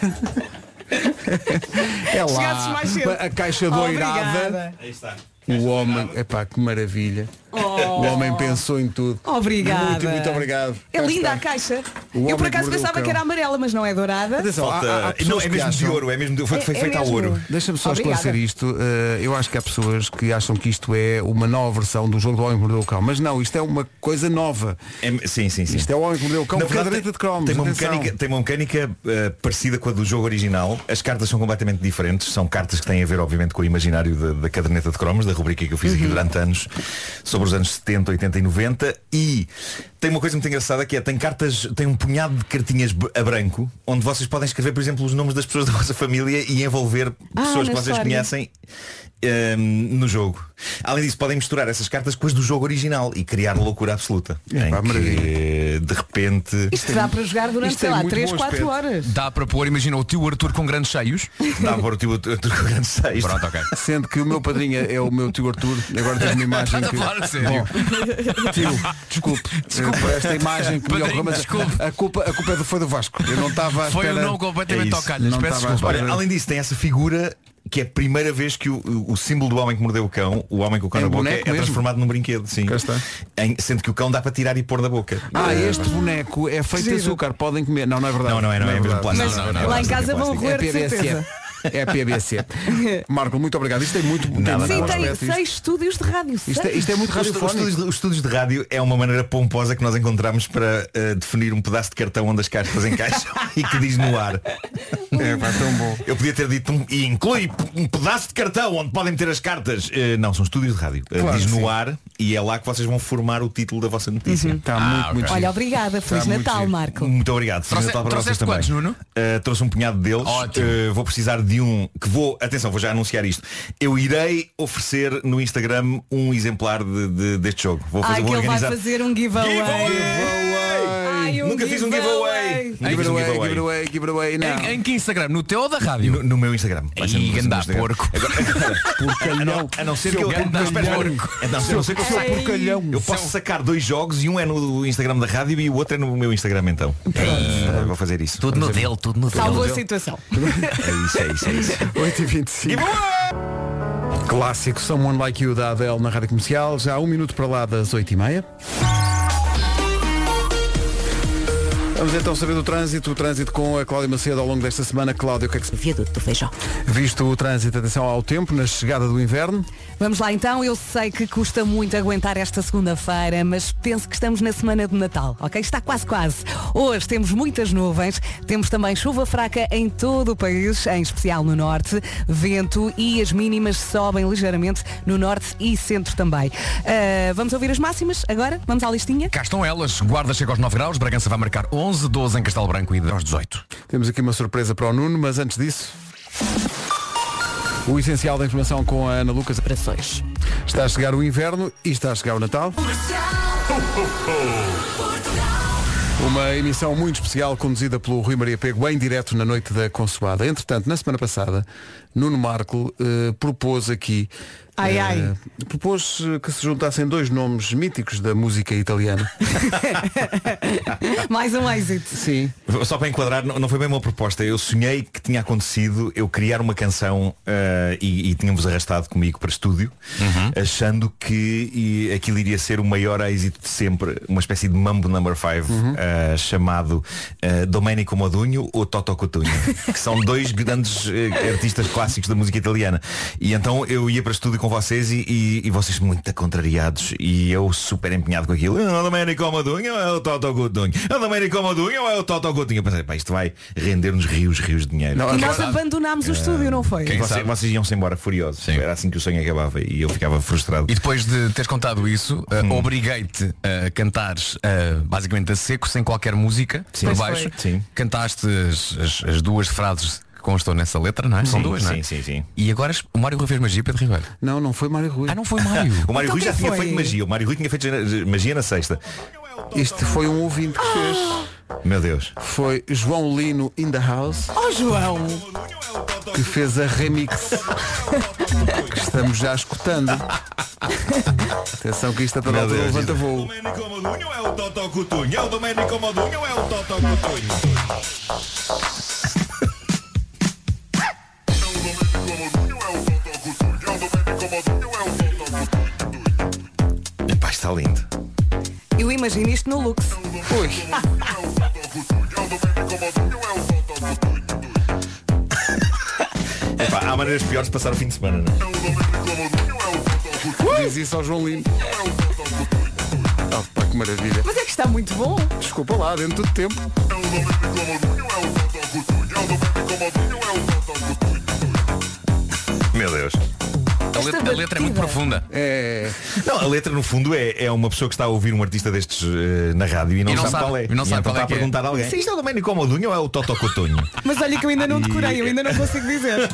É
Chegasses
lá,
mais cedo.
a caixa
Obrigada.
doirada.
Aí está.
O homem, epá, que maravilha.
Oh.
O homem pensou em tudo.
Obrigada.
Muito, muito obrigado.
É
Cá
linda
está.
a caixa.
O
Eu
homem
por
que
acaso
mordeu o
pensava
cão.
que era amarela, mas não é dourada.
Atenção, Então, há- há pessoas que acham-
É- é mesmo.
Deixa-me só
Obrigada.
esclarecer isto. Uh, eu acho que há pessoas que acham que isto é uma nova versão do jogo do Homem que Mordeu o Cão. Mas não, isto é uma coisa nova.
sim, sim, sim.
Isto é o Homem que Mordeu o Cão,
Na verdade,
caderneta de cromos.
Tem uma
atenção.
mecânica, tem uma mecânica, eh, parecida com a do jogo original. As cartas são completamente diferentes. São cartas que têm a ver, obviamente, com o imaginário da, da caderneta de cromos, da rubrica que eu fiz
Uhum.
aqui durante anos, sobre os anos 70, 80 e 90. E tem uma coisa muito engraçada que é, tem cartas, tem um punhado de cartinhas b- a branco, onde vocês podem escrever, por exemplo, os nomes das pessoas (laughs) da vossa família e envolver
Ah,
pessoas que
na
vocês
história.
conhecem eh, no jogo. Além disso, podem misturar essas cartas com as do jogo original e criar loucura absoluta.
É,
em que, de repente.
Isto dá para jogar durante, sei lá, 3, 4 horas.
Dá para pôr, imagina, o tio Arthur com grandes
(laughs)
cheios.
Dá para pôr o tio Arthur com grandes cheios. (laughs)
Pronto, ok.
Sendo que o meu padrinho é o meu tio Artur, agora tens uma imagem
Estás a
que.
falar a sério?
Bom, tio, desculpe, desculpe
Desculpa.
esta imagem que me
Padrinho,
ocorreu, mas
desculpe.
a culpa, a culpa é do- foi do Vasco. Eu não estava à
Foi o
espera.
não
um completamente
É isso. Não estava à espera.
Olha, além disso, tem essa figura que é a primeira vez que o, o- o símbolo do homem que mordeu o cão, o homem com o cão
É
na
um
boca, é
boneco mesmo?
transformado num brinquedo, sim. Em- sendo que o cão dá para tirar e pôr da boca.
Ah,
Eh,
este boneco é feito de
Giro.
açúcar, podem comer. Não, não é verdade.
Não, não é, não é, é mesmo
verdade.
plástico. é Mas Não, não, não,
lá em casa vão roer de certeza.
É a
(laughs)
PBC. Marco, muito obrigado. Isto é muito tem muito
Sim,
bom
tem
aspecto, isto. é,
6 estúdios de rádio. seis.
Os estu- Os estúdios, os estúdios de rádio é uma maneira pomposa que nós encontramos para eh, definir um pedaço de cartão onde as cartas encaixam (laughs) e que diz no ar.
É, pá, tão bom.
Eu podia ter dito um- e inclui um pedaço de cartão onde podem meter as cartas. Eh, não, são estúdios de rádio. Eh,
Claro
diz
que
no
sim.
ar e é lá que vocês vão formar o título da vossa notícia.
Uhum,
Está
muito,
muito Olha, giro. obrigada. Feliz Natal, Marco.
Muito obrigado. Feliz
Trouxe-
Natal para vocês
trouxeste
também.
quantos, Nuno?
Eh, trouxe um punhado deles. Eh, vou precisar de um que vou, atenção, vou já anunciar isto. Eu irei oferecer no Instagram um exemplar de- de- deste jogo. Vou, fazer,
Ai, que
vou
ele vai
organizar.
fazer um giveaway. Ai, um
Nunca fiz um giveaway.
giveaway.
Nunca fiz um giveaway.
giveaway, giveaway,
Em, em que Instagram? No teu ou da rádio?
No, no meu Instagram. Vai ser no-
Ih,
vai ser no
ganda
Instagram.
porco.
A não, a não ser
Seu
que eu,
ganda
não, espera, espera.
porco.
A não ser- a não ser que eu
Seu
saque-
porcalhão.
Eu posso sacar dois jogos e um é no Instagram da rádio e o outro é no meu Instagram então. Ah, vou fazer isso.
Tudo no
Vamos ver.
dele, tudo no dele.
Salvou a situação.
É isso, é isso, é isso.
8h25. Clássico Someone Like You da Adele na Rádio Comercial, já há um minuto para lá das 8h30. Vamos então saber do trânsito, o trânsito com a Cláudia Macedo ao longo desta semana. Cláudia, o que é que se...
Viaduto do Feijó.
Visto o trânsito, atenção ao tempo, na chegada do inverno.
Vamos lá então, eu sei que custa muito aguentar esta segunda-feira, mas penso que estamos na semana de Natal, ok? Está quase quase. Hoje temos muitas nuvens, temos também chuva fraca em todo o país, em especial no norte, vento e as mínimas sobem ligeiramente no norte e centro também. Ah, vamos ouvir as máximas agora? Vamos à listinha?
(laughs) Cá estão elas. Guarda chega aos 9 graus, Bragança vai marcar 11, 12 em Castelo Branco e aos 18.
Temos aqui uma surpresa para o Nuno, mas antes disso. O essencial da informação com a Ana Lucas. Operações. Está a chegar o inverno e está a chegar o Natal. Uma emissão muito especial conduzida pelo Rui Maria Pego em direto na noite da Consoada. Entretanto, na semana passada, Nuno Marco eh, propôs aqui.
Ai,
eh,
ai.
propôs eh, que se juntassem dois nomes míticos da música italiana.
Mais um êxito.
Sim.
Só para enquadrar, não não foi bem uma proposta. Eu sonhei que tinha acontecido eu criar uma canção eh, e, e tínhamos arrastado comigo para estúdio, achando que e, aquilo iria ser o maior êxito de sempre, uma espécie de mambo number five eh, chamado eh, Domenico Modugno ou Toto Cotugno, que são dois grandes eh, artistas clássicos da música italiana. E então eu ia para estúdio com vocês e, e- e vocês muito contrariados e eu super empenhado com aquilo. Ah, Domenico Modugno é o Toto Cotugno. Ah, Domenico Modugno é o Toto Cotugno. Eu pensei, pá, isto vai render-nos rios, rios de dinheiro.
e nós abandonámos o estúdio, não foi?
Vocês- vocês iam-se embora furiosos. Era assim que o sonho acabava e eu ficava frustrado.
E depois de teres contado isso, eh,
Hum.
obriguei-te a cantares eh, basicamente a seco, sem qualquer música,
Sim.
por
Pois
baixo.
foi. Sim.
Cantaste as, as- as duas frases que constam nessa letra, não é? São
Sim,
duas, não é?
sim, sim, sim.
E agora es- o Mário Rui fez magia, Pedro Ribeiro.
Não, não foi Mário Rui.
Ah, não foi Mário. (laughs)
o Mário
Então
Rui já
quem
tinha
foi?
feito magia. O Mário Rui tinha feito gena- magia na sexta.
Este foi um ouvinte que fez.
Meu Deus.
Foi João Lino in the house
Oh, João!
é
que fez a remix.
(laughs)
que estamos já escutando. Atenção que isto a toda
Meu
é
altura
Deus,
levanta voo.
Domenico Modugno é o Toto Cotugno. É o Domenico Modugno é o Toto Cotugno. está lindo.
Eu imagino isto no Lux.
Epá, há maneiras piores de passar o fim de semana, não é?
Diz isso ao João Lino. Ah, pá, que maravilha.
Mas é que está muito bom.
Desculpa lá, dentro do tempo.
Meu Deus.
A letra, a letra é muito profunda.
É.
Não, a letra no fundo é, é uma pessoa que está a ouvir um artista destes eh, na rádio e não,
E não
sabe,
sabe-
qual é.
e não sabe
então
qual é
está a
que é.
perguntar a alguém.
Sim.
Isto é o Domênico Almodunho ou é o Toto
(laughs)
Cotonho?
Mas olha que eu ainda não decorei, eu ainda não consigo dizer.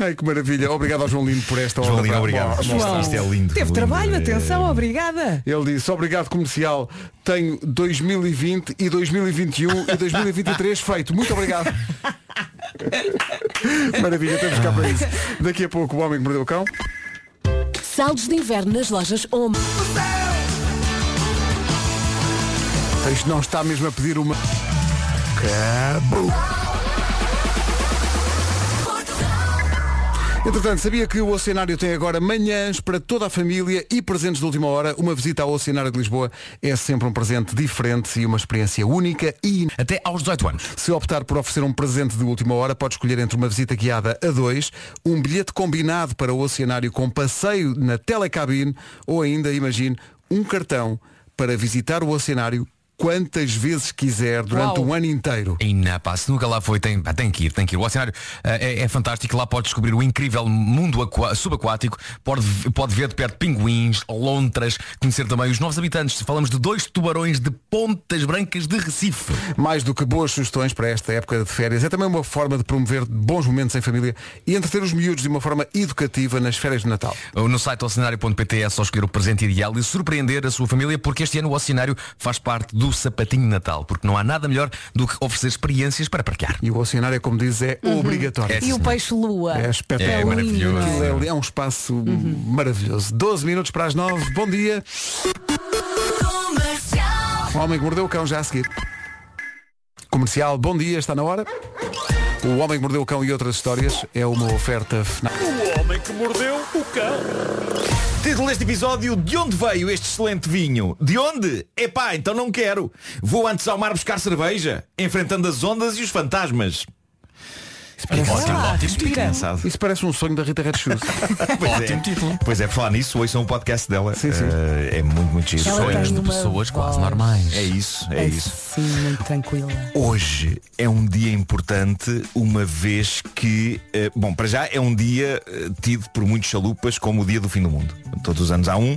Ai, que maravilha. Obrigado ao João Lindo por esta hora.
João Lino,
Pá,
obrigado.
bom,
João,
bom.
isto é lindo.
Teve trabalho, atenção, obrigada.
Ele disse, obrigado comercial, tenho 2020 e 2021 e 2023 feito. Muito obrigado. (laughs) Maravilha, estamos cá para isso. Daqui a pouco o homem que mordeu o cão.
Saldos de inverno nas lojas Home.
Então, Isto não está mesmo a pedir uma. Cabo. Entretanto, sabia que o Oceanário tem agora manhãs para toda a família e presentes de última hora. Uma visita ao Oceanário de Lisboa é sempre um presente diferente e uma experiência única e
até aos 18 anos.
Se optar por oferecer um presente de última hora, pode escolher entre uma visita guiada a dois, um bilhete combinado para o Oceanário com passeio na telecabine ou ainda, imagine, um cartão para visitar o Oceanário quantas vezes quiser durante um ano inteiro.
E na pá, se nunca lá foi, tem, pá, tem que ir, tem que ir. O oceanário eh, é, é fantástico, lá pode descobrir o incrível mundo aqua- subaquático, pode, v- pode ver de perto pinguins, lontras, conhecer também os novos habitantes. Falamos de dois tubarões de pontas brancas de Recife.
Mais do que boas sugestões para esta época de férias, é também uma forma de promover bons momentos em família e entreter os miúdos de uma forma educativa nas férias de Natal.
No site ocenário.pt é só escolher o presente ideal e surpreender a sua família, porque este ano o Ocenário faz parte do sapatinho de Natal, porque não há nada melhor do que oferecer experiências para parquear.
E o Oceanário, como diz, é obrigatório.
É,
E o peixe lua.
É espetacular.
É maravilhoso.
Aquilo É, ali- é um espaço
Uhum.
maravilhoso. 12 minutos para as 9. Bom dia. O Homem que Mordeu o Cão já a seguir. Comercial, bom dia, está na hora. O Homem que Mordeu o Cão e outras histórias é uma oferta FNAC.
O homem que mordeu o cão. Título deste episódio, de onde veio este excelente vinho? De onde? Epá, então não quero. Vou antes ao mar buscar cerveja, enfrentando as ondas e os fantasmas. Ótimo, ótimo título, (laughs) engraçado.
Isso parece um sonho da Rita
(laughs)
Red Shoes.
Pois é. Pois é, por falar nisso, ouçam o podcast dela. Eh, é muito, muito giro.
Ela Sonhos tem de uma
pessoas quase normais.
É isso, é isso.
Sim, muito tranquila.
Hoje é um dia importante, uma vez que, eh, bom, para já é um dia eh, tido por muitos chalupas como o dia do fim do mundo. Todos os anos há um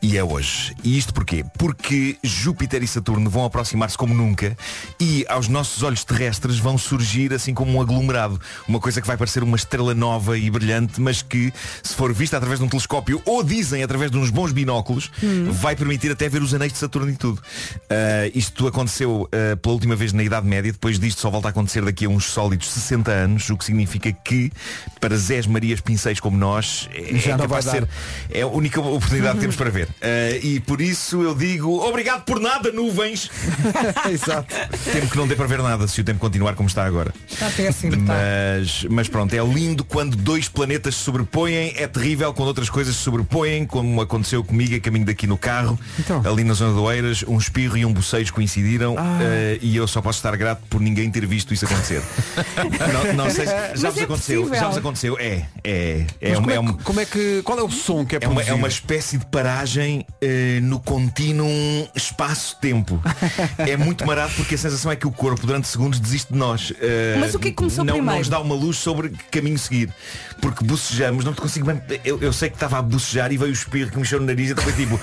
e é hoje. E isto porquê? Porque Júpiter e Saturno vão aproximar-se como nunca e aos nossos olhos terrestres vão surgir assim como um aglomerado. Uma coisa que vai parecer uma estrela nova e brilhante, mas que, se for vista através de um telescópio ou dizem através de uns bons binóculos,
Hum.
vai permitir até ver os anéis de Saturno e tudo. Ah, isto aconteceu ah, pela última vez na Idade Média, depois disto só volta a acontecer daqui a uns sólidos 60 anos, o que significa que para Zés Marias Pinceis como nós é,
Já
é
não
capaz de
vai
ser
dar.
é a única oportunidade
(laughs)
que temos para ver. Ah, e por isso eu digo obrigado por nada, nuvens!
(laughs) Exato.
Temo que não dê para ver nada se o tempo continuar como está agora.
Está péssimo,
tá.
está.
Mas, mas pronto, é lindo quando dois planetas se sobrepõem, é terrível quando outras coisas se sobrepõem, como aconteceu comigo a caminho daqui no carro,
Então.
ali na zona do Oeiras, um espirro e um bocejo coincidiram
Ah.
eh, e eu só posso estar grato por ninguém ter visto isso
(laughs)
acontecer. não, não sei se
Mas
já vos
é
aconteceu. Já
possível.
vos aconteceu. É, é, é,
Mas
um-
como, é,
um-
que- como é que. Qual é o som que é
é uma,
produzido?
é uma espécie de paragem eh, no contínuo espaço-tempo. é muito marado porque a sensação é que o corpo durante segundos desiste de nós. Eh,
Mas o que é que começou
não, Não
primeiro?
nos dá uma luz sobre que caminho seguir. Porque bocejamos, não te consigo bem. Eu, eu sei que estava a bocejar e veio o espirro que mexeu no nariz e depois tipo.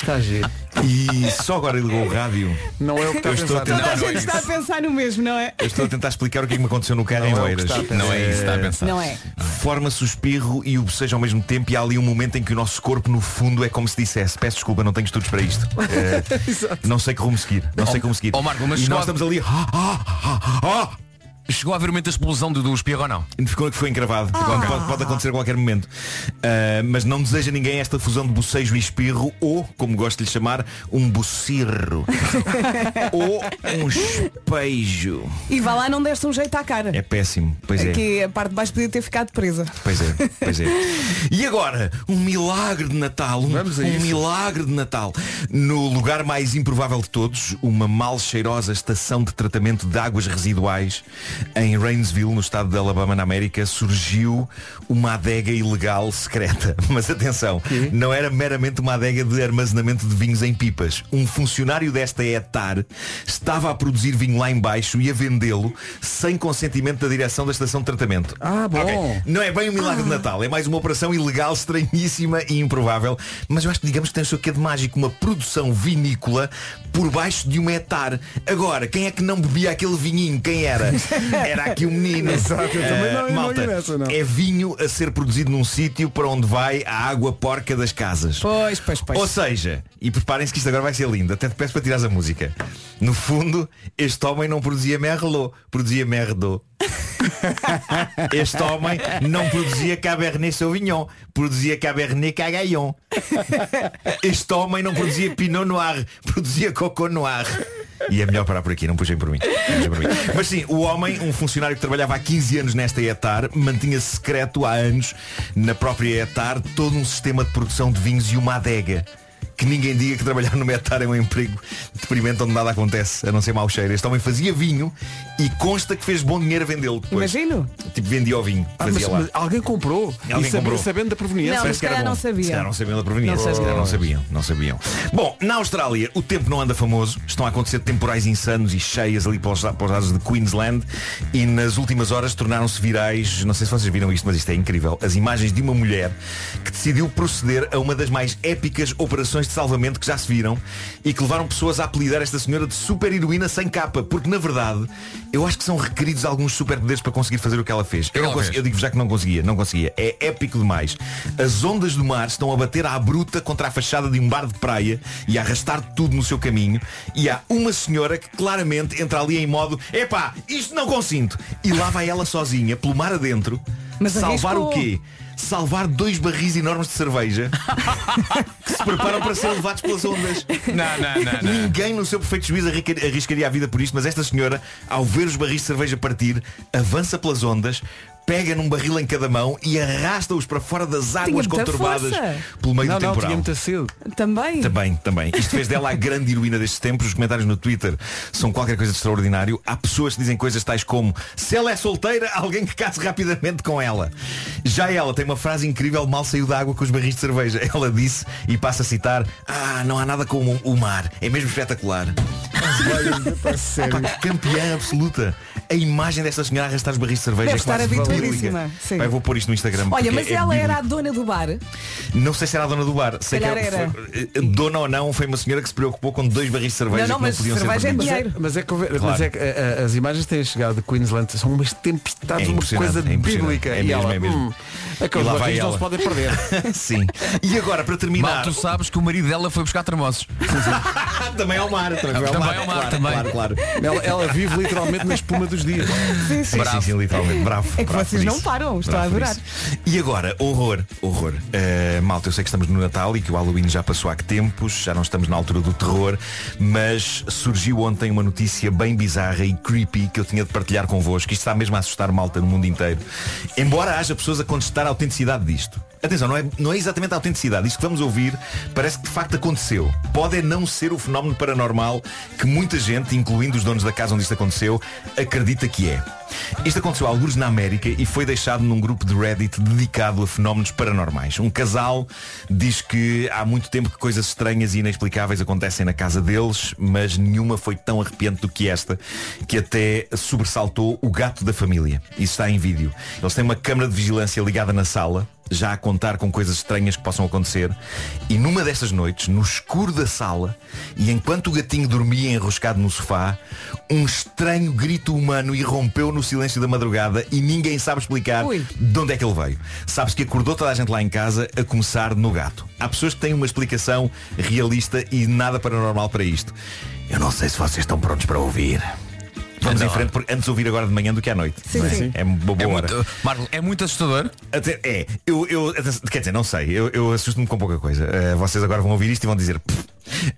Está giro.
E só agora ligou o rádio.
Não é o que está
eu
a
estou a
pensar.
Toda
tentar,
a gente está a pensar no mesmo, não é?
eu estou a tentar explicar o que é que me aconteceu no carro
Não
em
é o que
Oeiras.
está a pensar. Não é isso que está a
Tá.
pensar.
Não é.
Forma-se o espirro e o bocejo ao mesmo tempo e há ali um momento em que o nosso corpo no fundo é como se dissesse peço desculpa, não tenho estudos para isto. Eh, não sei que rumo seguir, não sei como seguir.
Ó, Oh, Marco, mas
e
chegou
nós
a-
estamos ali. "Ah, ah, ah, ah."
Chegou a haver uma explosão do, do espirro
(laughs)
ou não?
Ficou que foi encravado. Pode, pode acontecer a qualquer momento. Ah, mas não deseja ninguém esta fusão de bocejo e espirro ou, como gosto de lhe chamar, um bocirro. ou um espeijo.
E vá lá, não deste um jeito à cara.
É péssimo. Pois é.
Que a parte de baixo podia ter ficado presa.
Pois é, pois é. E agora, um milagre de Natal. Um, um milagre de Natal. No lugar mais improvável de todos, uma mal cheirosa estação de tratamento de águas residuais em Rainsville, no estado de Alabama, na América, surgiu uma adega ilegal secreta. (laughs) Mas atenção, não era meramente uma adega de armazenamento de vinhos em pipas. Um funcionário desta etar estava a produzir vinho lá em baixo e a vendê-lo sem consentimento da direção da estação de tratamento.
Ah, bom.
Ok. Não é bem um milagre
Ah.
de Natal, é mais uma operação ilegal, estranhíssima e improvável. Mas eu acho que digamos que tem o seu quê de mágico, uma produção vinícola por baixo de um hectare. Agora, quem é que não bebia aquele vinhinho? Quem
(laughs)
era? Era aqui um menino.
Exato, eu também
Eh,
não- eu não
malta,
ia nessa, não.
é vinho a ser produzido num sítio para onde vai a água porca das casas.
Pois, pois, pois.
Ou seja, e preparem-se que isto agora vai ser lindo, até te peço para tirares a música. No fundo, este homem não produzia Merlot, produzia Merdo. Este homem não produzia Cabernet Sauvignon, produzia Cabernet Cagaillon. Este homem não produzia Pinot Noir, produzia Coco Noir. E é melhor parar por aqui, não puxem por mim. Não puxem por mim. Mas sim, o homem, um funcionário que trabalhava há 15 anos nesta ETAR, mantinha-se secreto há anos, na própria ETAR, todo um sistema de produção de vinhos e uma adega. Que ninguém diga que trabalhar numa ETAR é um emprego deprimente onde nada acontece, a não ser mau cheiro. Este homem fazia vinho e consta que fez bom dinheiro a vendê-lo depois.
Imagino.
Tipo, vendia o vinho.
Ah,
fazia
mas-
lá.
mas alguém comprou.
Alguém
e sabe-
comprou.
sabendo da proveniência.
Não, mas
Parece que era
se calhar
bom.
não sabia. Se calhar não sabiam da proveniência.
Não sabiam.
Se calhar não sabiam, não sabiam. Bom, na Austrália o tempo não anda famoso. Estão a acontecer temporais insanos e cheias ali para os, para os lados de Queensland. E nas últimas horas tornaram-se virais, não sei se vocês viram isto, mas isto é incrível, as imagens de uma mulher que decidiu proceder a uma das mais épicas operações de salvamento que já se viram e que levaram pessoas a apelidar esta senhora de super heroína sem capa. Porque na verdade eu acho que são requeridos alguns superpoderes para conseguir fazer o que ela fez. Eu, não
Ela fez.
consegui- eu digo já que não conseguia, não conseguia. É épico demais. As ondas do mar estão a bater à bruta contra a fachada de um bar de praia e a arrastar tudo no seu caminho. E há uma senhora que claramente entra ali em modo, epá, isto não consinto. E lá vai ela sozinha, pelo mar adentro,
Mas
salvar o
arriscou.
quê? Salvar dois barris enormes de
(laughs)
cerveja que se preparam para ser levados pelas ondas.
Não, não, não, não.
Ninguém no seu perfeito juízo arrisca- arriscaria a vida por isto, mas esta senhora, ao ver os barris de cerveja partir, avança pelas ondas, pega num barril em cada mão e arrasta-os para fora das águas
muita
conturbadas
força.
pelo meio
Não,
do
não,
temporal.
tinha muita sede.
Também.
Também, também. Isto fez dela a grande heroína destes tempos. Os comentários no Twitter são qualquer coisa de extraordinário. Há pessoas que dizem coisas tais como se ela é solteira, alguém que case rapidamente com ela. Já ela tem uma frase incrível, mal saiu da água com os barris de cerveja. (laughs) Ela disse, e passa a citar, ah, não há nada como o mar. É mesmo espetacular. Pá, que campeã absoluta. A imagem desta senhora a arrastar os barris de cerveja
Deve
é quase
estar
bíblica.
habituadíssima, sim.
Pá, eu vou pôr isto no Instagram.
Olha,
porque
mas
é
ela
bíblico.
era a dona do bar. um
Não sei se era a dona do bar. Sei que
calhar
ela
era.
foi- eh, dona ou não, foi uma senhora que se preocupou com dois barris de cerveja que não podiam ser
mas,
perdidos.
é, mas é que, houve-
Claro.
mas é que, eh, eh, as imagens que têm chegado de Queensland são umas tempestades,
É
uma
impressionante,
coisa
é impressionante.
bíblica.
É
e
mesmo,
ela,
é mesmo.
hum,
E
aqueles
lá vai
barris não
ela.
se
(laughs)
podem perder.
Sim. E agora, para
Mal,
terminar.
tu
(laughs)
sabes que o marido dela foi buscar termossos.
Ah, também ao mar. Também ao
Também
mar,
ao mar,
claro,
também.
claro, claro.
Ela, ela vive literalmente na espuma dos dias.
Sim, sim.
Sim, sim, sim, literalmente. Bravo.
É que
bravo
vocês
por
não
isso.
param, estou
Bravo
a
por
adorar.
isso. E agora, horror, horror. Uh, malta, eu sei que estamos no Natal e que o Halloween já passou há que tempos, já não estamos na altura do terror, mas surgiu ontem uma notícia bem bizarra e creepy que eu tinha de partilhar convosco. Isto está mesmo a assustar malta no mundo inteiro. Embora haja pessoas a contestar a autenticidade disto. Atenção, não é, não é exatamente a autenticidade. Isto que vamos ouvir parece que de facto aconteceu. Pode é não ser o fenómeno paranormal que muita gente, incluindo os donos da casa onde isto aconteceu, acredita que é. Isto aconteceu a alguns na América e foi deixado num grupo de Reddit dedicado a fenómenos paranormais. Um casal diz que há muito tempo que coisas estranhas e inexplicáveis acontecem na casa deles, mas nenhuma foi tão arrepiante do que esta, que até sobressaltou o gato da família. Isso está em vídeo. Eles têm uma câmara de vigilância ligada na sala, já a contar com coisas estranhas que possam acontecer. E numa destas noites, no escuro da sala, e enquanto o gatinho dormia enroscado no sofá, um estranho grito humano irrompeu no silêncio da madrugada e ninguém sabe explicar de onde é que ele veio. Sabes que acordou toda a gente lá em casa a começar no gato. Há pessoas que têm uma explicação realista e nada paranormal para isto. Eu não sei se vocês estão prontos para ouvir. Vamos
Então,
em frente, porque antes ouvir agora de manhã do que à noite.
Sim,
Não é?
sim.
É uma boa
É
hora.
muito- Marco, é muito assustador?
Até, é, eu, eu- quer dizer, não sei, eu, eu assusto-me com pouca coisa. Uh, vocês agora vão ouvir isto e vão dizer. "Pff".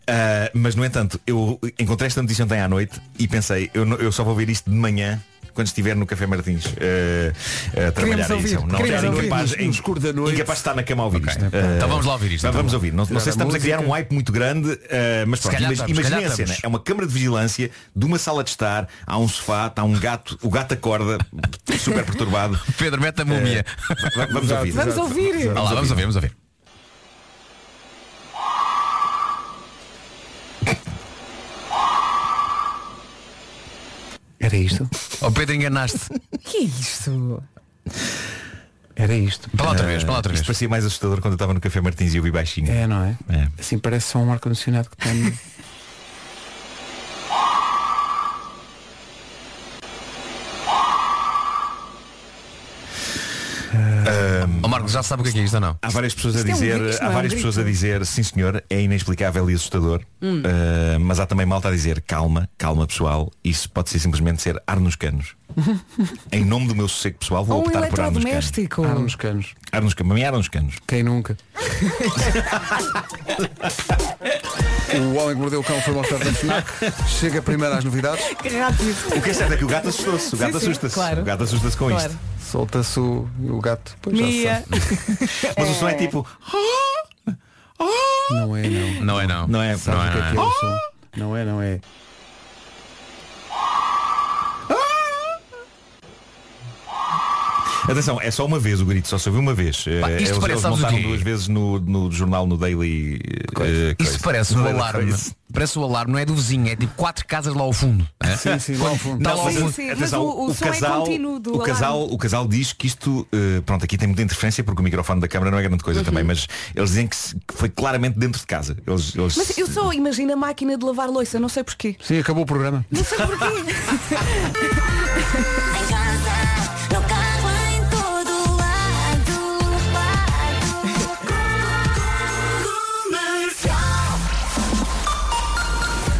Uh, mas no entanto, eu encontrei esta notícia ontem à noite e pensei, eu, não- eu só vou ouvir isto de manhã. Quando estiver no Café Martins uh, uh, a trabalhar
ouvir,
isso. Não,
queremos
era
ouvir.
incapaz,
No escuro da noite.
incapaz de estar na cama a ouvir isto. Uh,
Então vamos lá ouvir isto,
mas
então.
Vamos ouvir. Não, não
Tirar
sei se
a
estamos a criar
música.
um hype muito grande, uh, mas
Se
pronto, imag-
calhar estamos, se
imaginem
calhar
a cena.
estamos.
É uma câmara de vigilância de uma sala de estar, há um sofá, está um gato, o gato acorda, super perturbado. (laughs)
Pedro, mete a múmia.
Eh, va- vamos ouvir.
Vamos ouvir. Vá lá, vamos ouvir, vamos ouvir.
Era isto?
Oh Pedro, enganaste.
que é isto?
Era isto.
Para lá outra vez,
Eh,
para lá outra
Isto
vez.
parecia mais assustador quando eu estava no Café Martins e ouvi baixinho.
É, não é? Assim parece só um ar-condicionado que tem.
Oh, Marcos, já sabe o que é, que é isto ou não?
Há várias pessoas a
Isto é um
dizer,
grito, isto
há
não é um
várias
grito.
pessoas a dizer, sim senhor, é inexplicável e assustador,
Hum.
Eh, mas há também malta a dizer, calma, calma pessoal, isso pode ser simplesmente ser ar nos canos. Em nome do meu sossego pessoal, vou
Ou um
optar por ar nos canos.
eletrodoméstico.
canos. Ar nos canos. Para mim, ar nos canos.
Quem nunca?
O Homem que Mordeu o Cão foi uma oferta FNAC. Chega primeiro às novidades.
Que rápido.
O que é certo é que o gato assustou-se. O gato
Sim, sim,
assusta-se.
claro.
O gato assusta-se com
Claro.
isto.
Solta-se o, o gato. Pois
Mia.
já se sabe.
Mas o som é tipo.
Não é, não.
Não é não.
Não é,
Não
sabes
é,
o que é que é
não
o
é.
som? Não é, não é.
Atenção, é só uma vez o grito, só se ouviu uma vez.
Pá,
Eh,
isto
eles,
parece,
eles
sabes o
montaram
quê?
duas vezes no, no jornal, no Daily. eh,
Isso
coisa.
parece
No
o
Daily
alarme.
Coisa.
Parece o alarme, não é do vizinho, é tipo quatro casas lá ao fundo. é?
Sim, sim, lá ao fundo.
Está
Não,
lá ao
sim,
fundo.
sim, mas Atenção, o- o o som é casal-
contínuo do
O casal, o casal diz que isto, eh, pronto, aqui tem muita interferência porque o microfone da câmara não é grande coisa também, mas eles dizem que, se- que foi claramente dentro de casa. Eles, eles-
Mas eu só imagino a máquina de lavar louça, não sei porquê.
Sim, acabou o programa.
Não sei porquê.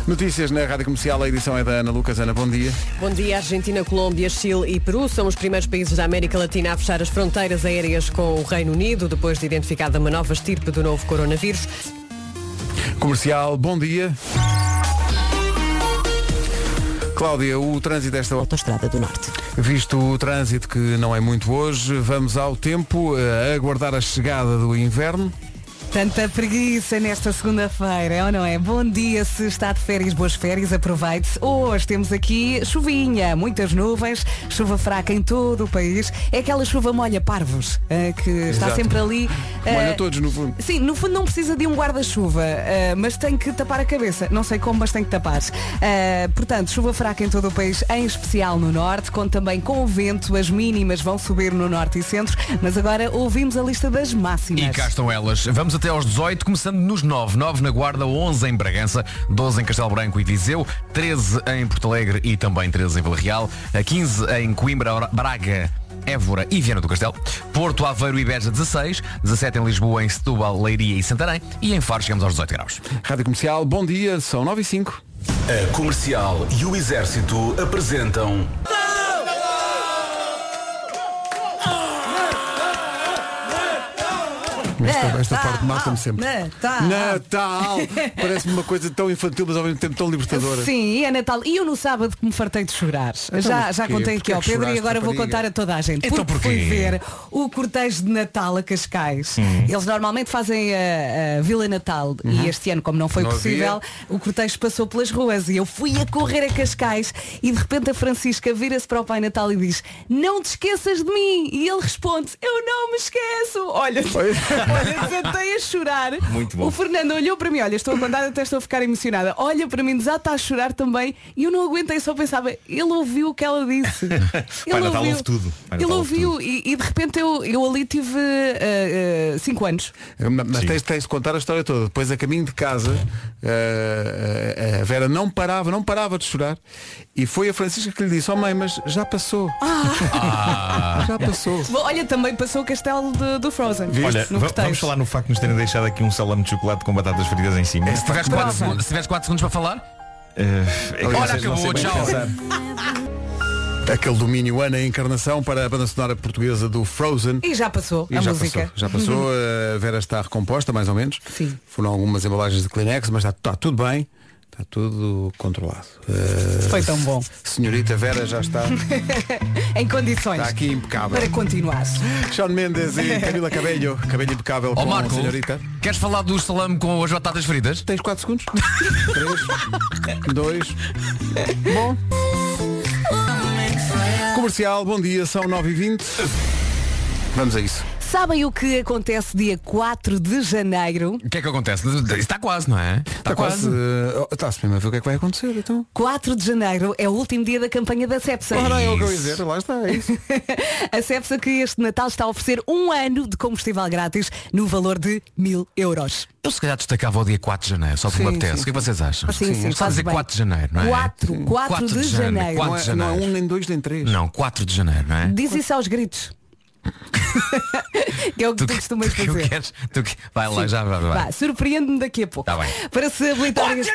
Notícias na Rádio Comercial, a edição é da Ana Lucas. Ana, bom dia.
Bom dia, Argentina, Colômbia, Chile e Peru são os primeiros países da América Latina a fechar as fronteiras aéreas com o Reino Unido, depois de identificada uma nova estirpe Tipo do novo coronavírus.
Comercial, bom dia. Cláudia, o trânsito desta
Autostrada do Norte.
Visto o trânsito que não é muito hoje, vamos ao tempo eh, a aguardar a chegada do inverno.
Tanta preguiça nesta segunda-feira, é ou não é? Bom dia, se está de férias, boas férias, aproveite-se. Hoje temos aqui chuvinha, muitas nuvens, chuva fraca em todo o país. É aquela chuva molha parvos, eh, que está
Exato.
sempre ali. eh,
Molha todos no fundo.
Sim, no fundo não precisa de um guarda-chuva, eh, mas tem que tapar a cabeça. Não sei como, mas tem que tapar. Eh, portanto, chuva fraca em todo o país, em especial no norte, conto também com o vento, as mínimas vão subir no norte e centro, mas agora ouvimos a lista das máximas.
E cá estão elas. Vamos até aos 18, começando nos 9. 9 na Guarda, 11 em Bragança, 12 em Castelo Branco e Viseu, 13 em Porto Alegre e também 13 em Vila Real, a 15 em Coimbra, Ora- Braga, Évora e Viana do Castelo, Porto, Aveiro e Beja 16, 17 em Lisboa, em Setúbal, Leiria e Santarém e em Faro chegamos aos 18 graus.
Rádio Comercial, bom dia, são 9 e 5.
A Comercial e o Exército apresentam
Esta, esta parte mata-me sempre.
Natal.
Natal! Parece-me uma coisa tão infantil, mas ao mesmo tempo tão libertadora.
Sim, é Natal. E eu no sábado que me fartei de chorar. já,
mas
já
porquê?
contei aqui
Então Porquê é
ao
que
Pedro e
choraste,
agora vou
rapariga?
contar a toda a gente.
Então
Porque
porquê?
fui ver o cortejo de Natal a Cascais.
Hum.
Eles normalmente fazem a, a Vila Natal
Uhum.
e este ano, como não foi
Não
possível,
havia.
o cortejo passou pelas ruas e eu fui a correr a Cascais e de repente a Francisca vira-se para o Pai Natal e diz não te esqueças de mim e ele responde eu não me esqueço olha (laughs) olha sentei a chorar
Muito bom.
o Fernando olhou para mim olha estou a contar até estou a ficar emocionada olha para mim já está a chorar também e eu não aguentei só pensava ele ouviu o que ela disse
(laughs) Pai Natal ouve tudo. Pai
ele
Natal
ouviu e, e de repente eu, eu ali tive 5 anos.
Eh, Ma- Mas tens, tens de contar a história toda. Depois, a caminho de casa, eh, eh, a Vera não parava, não parava de chorar. E foi a Francisca que lhe disse, oh mãe, mas já passou. (laughs) Já passou.
Bom, olha, também passou o castelo de- do Frozen.
Olha,
no
va-
cortejo.
vamos falar no facto
É,
de nos terem deixado aqui um salame de chocolate com batatas fritas em cima.
Se tiveres 4 segundos, para falar,
Eh, é que não
Olha,
sei- não sei
acabou,
bem
tchau.
pensar.
Aquele domínio Ana Encarnação para a banda sonora portuguesa do Frozen.
E já passou
E
a
já
música.
passou, já
(laughs)
passou.
Uhum.
A Vera está recomposta, mais ou menos.
Sim.
Foram algumas embalagens de Kleenex, mas está, está tudo bem. Está tudo controlado. Eh,
Foi tão bom.
Senhorita Vera já está,
(laughs) em condições.
está Tá aqui impecável.
Para continuar.
Sean Mendes
(laughs)
e Camila Cabelho. Cabelho impecável com
Ó
a
Marco,
senhorita.
queres falar do salame com as batatas fritas?
Tens
(laughs)
4 segundos? 3, 2, bom. Comercial, bom dia, são 9h20. Vamos a isso.
Sabem o que acontece dia 4 de janeiro?
O que é que acontece? Isso está quase, não é? Está,
Tá
Está quase. eh, Está-se mesmo a ver o que é que vai acontecer, então.
4 de janeiro é o último dia da campanha da Cepsa.
Ora, é o que eu ia dizer, lá está, é isso.
A Cepsa que este Natal está a oferecer um ano de combustível grátis no valor de mil euros.
Eu se calhar destacava o dia 4 de janeiro, só porque me
Sim,
apetece.
sim.
O que é que vocês acham?
Sim, sim,
Está a
fazes
dizer
bem.
4 de janeiro, não é?
Quatro,
Sim.
quatro de janeiro.
4 de
Não é-
janeiro.
não é um, nem dois, nem três.
Não, 4 de janeiro, não é?
Diz isso aos gritos. (laughs) que é o que tu, costumas
(laughs) Tu
fazer.
queres? Tu que... Vai lá,
Sim.
já vai.
Vá,
vai.
Ah, surpreende-me daqui a pouco.
Tá bem. né?
Para se habilitar este...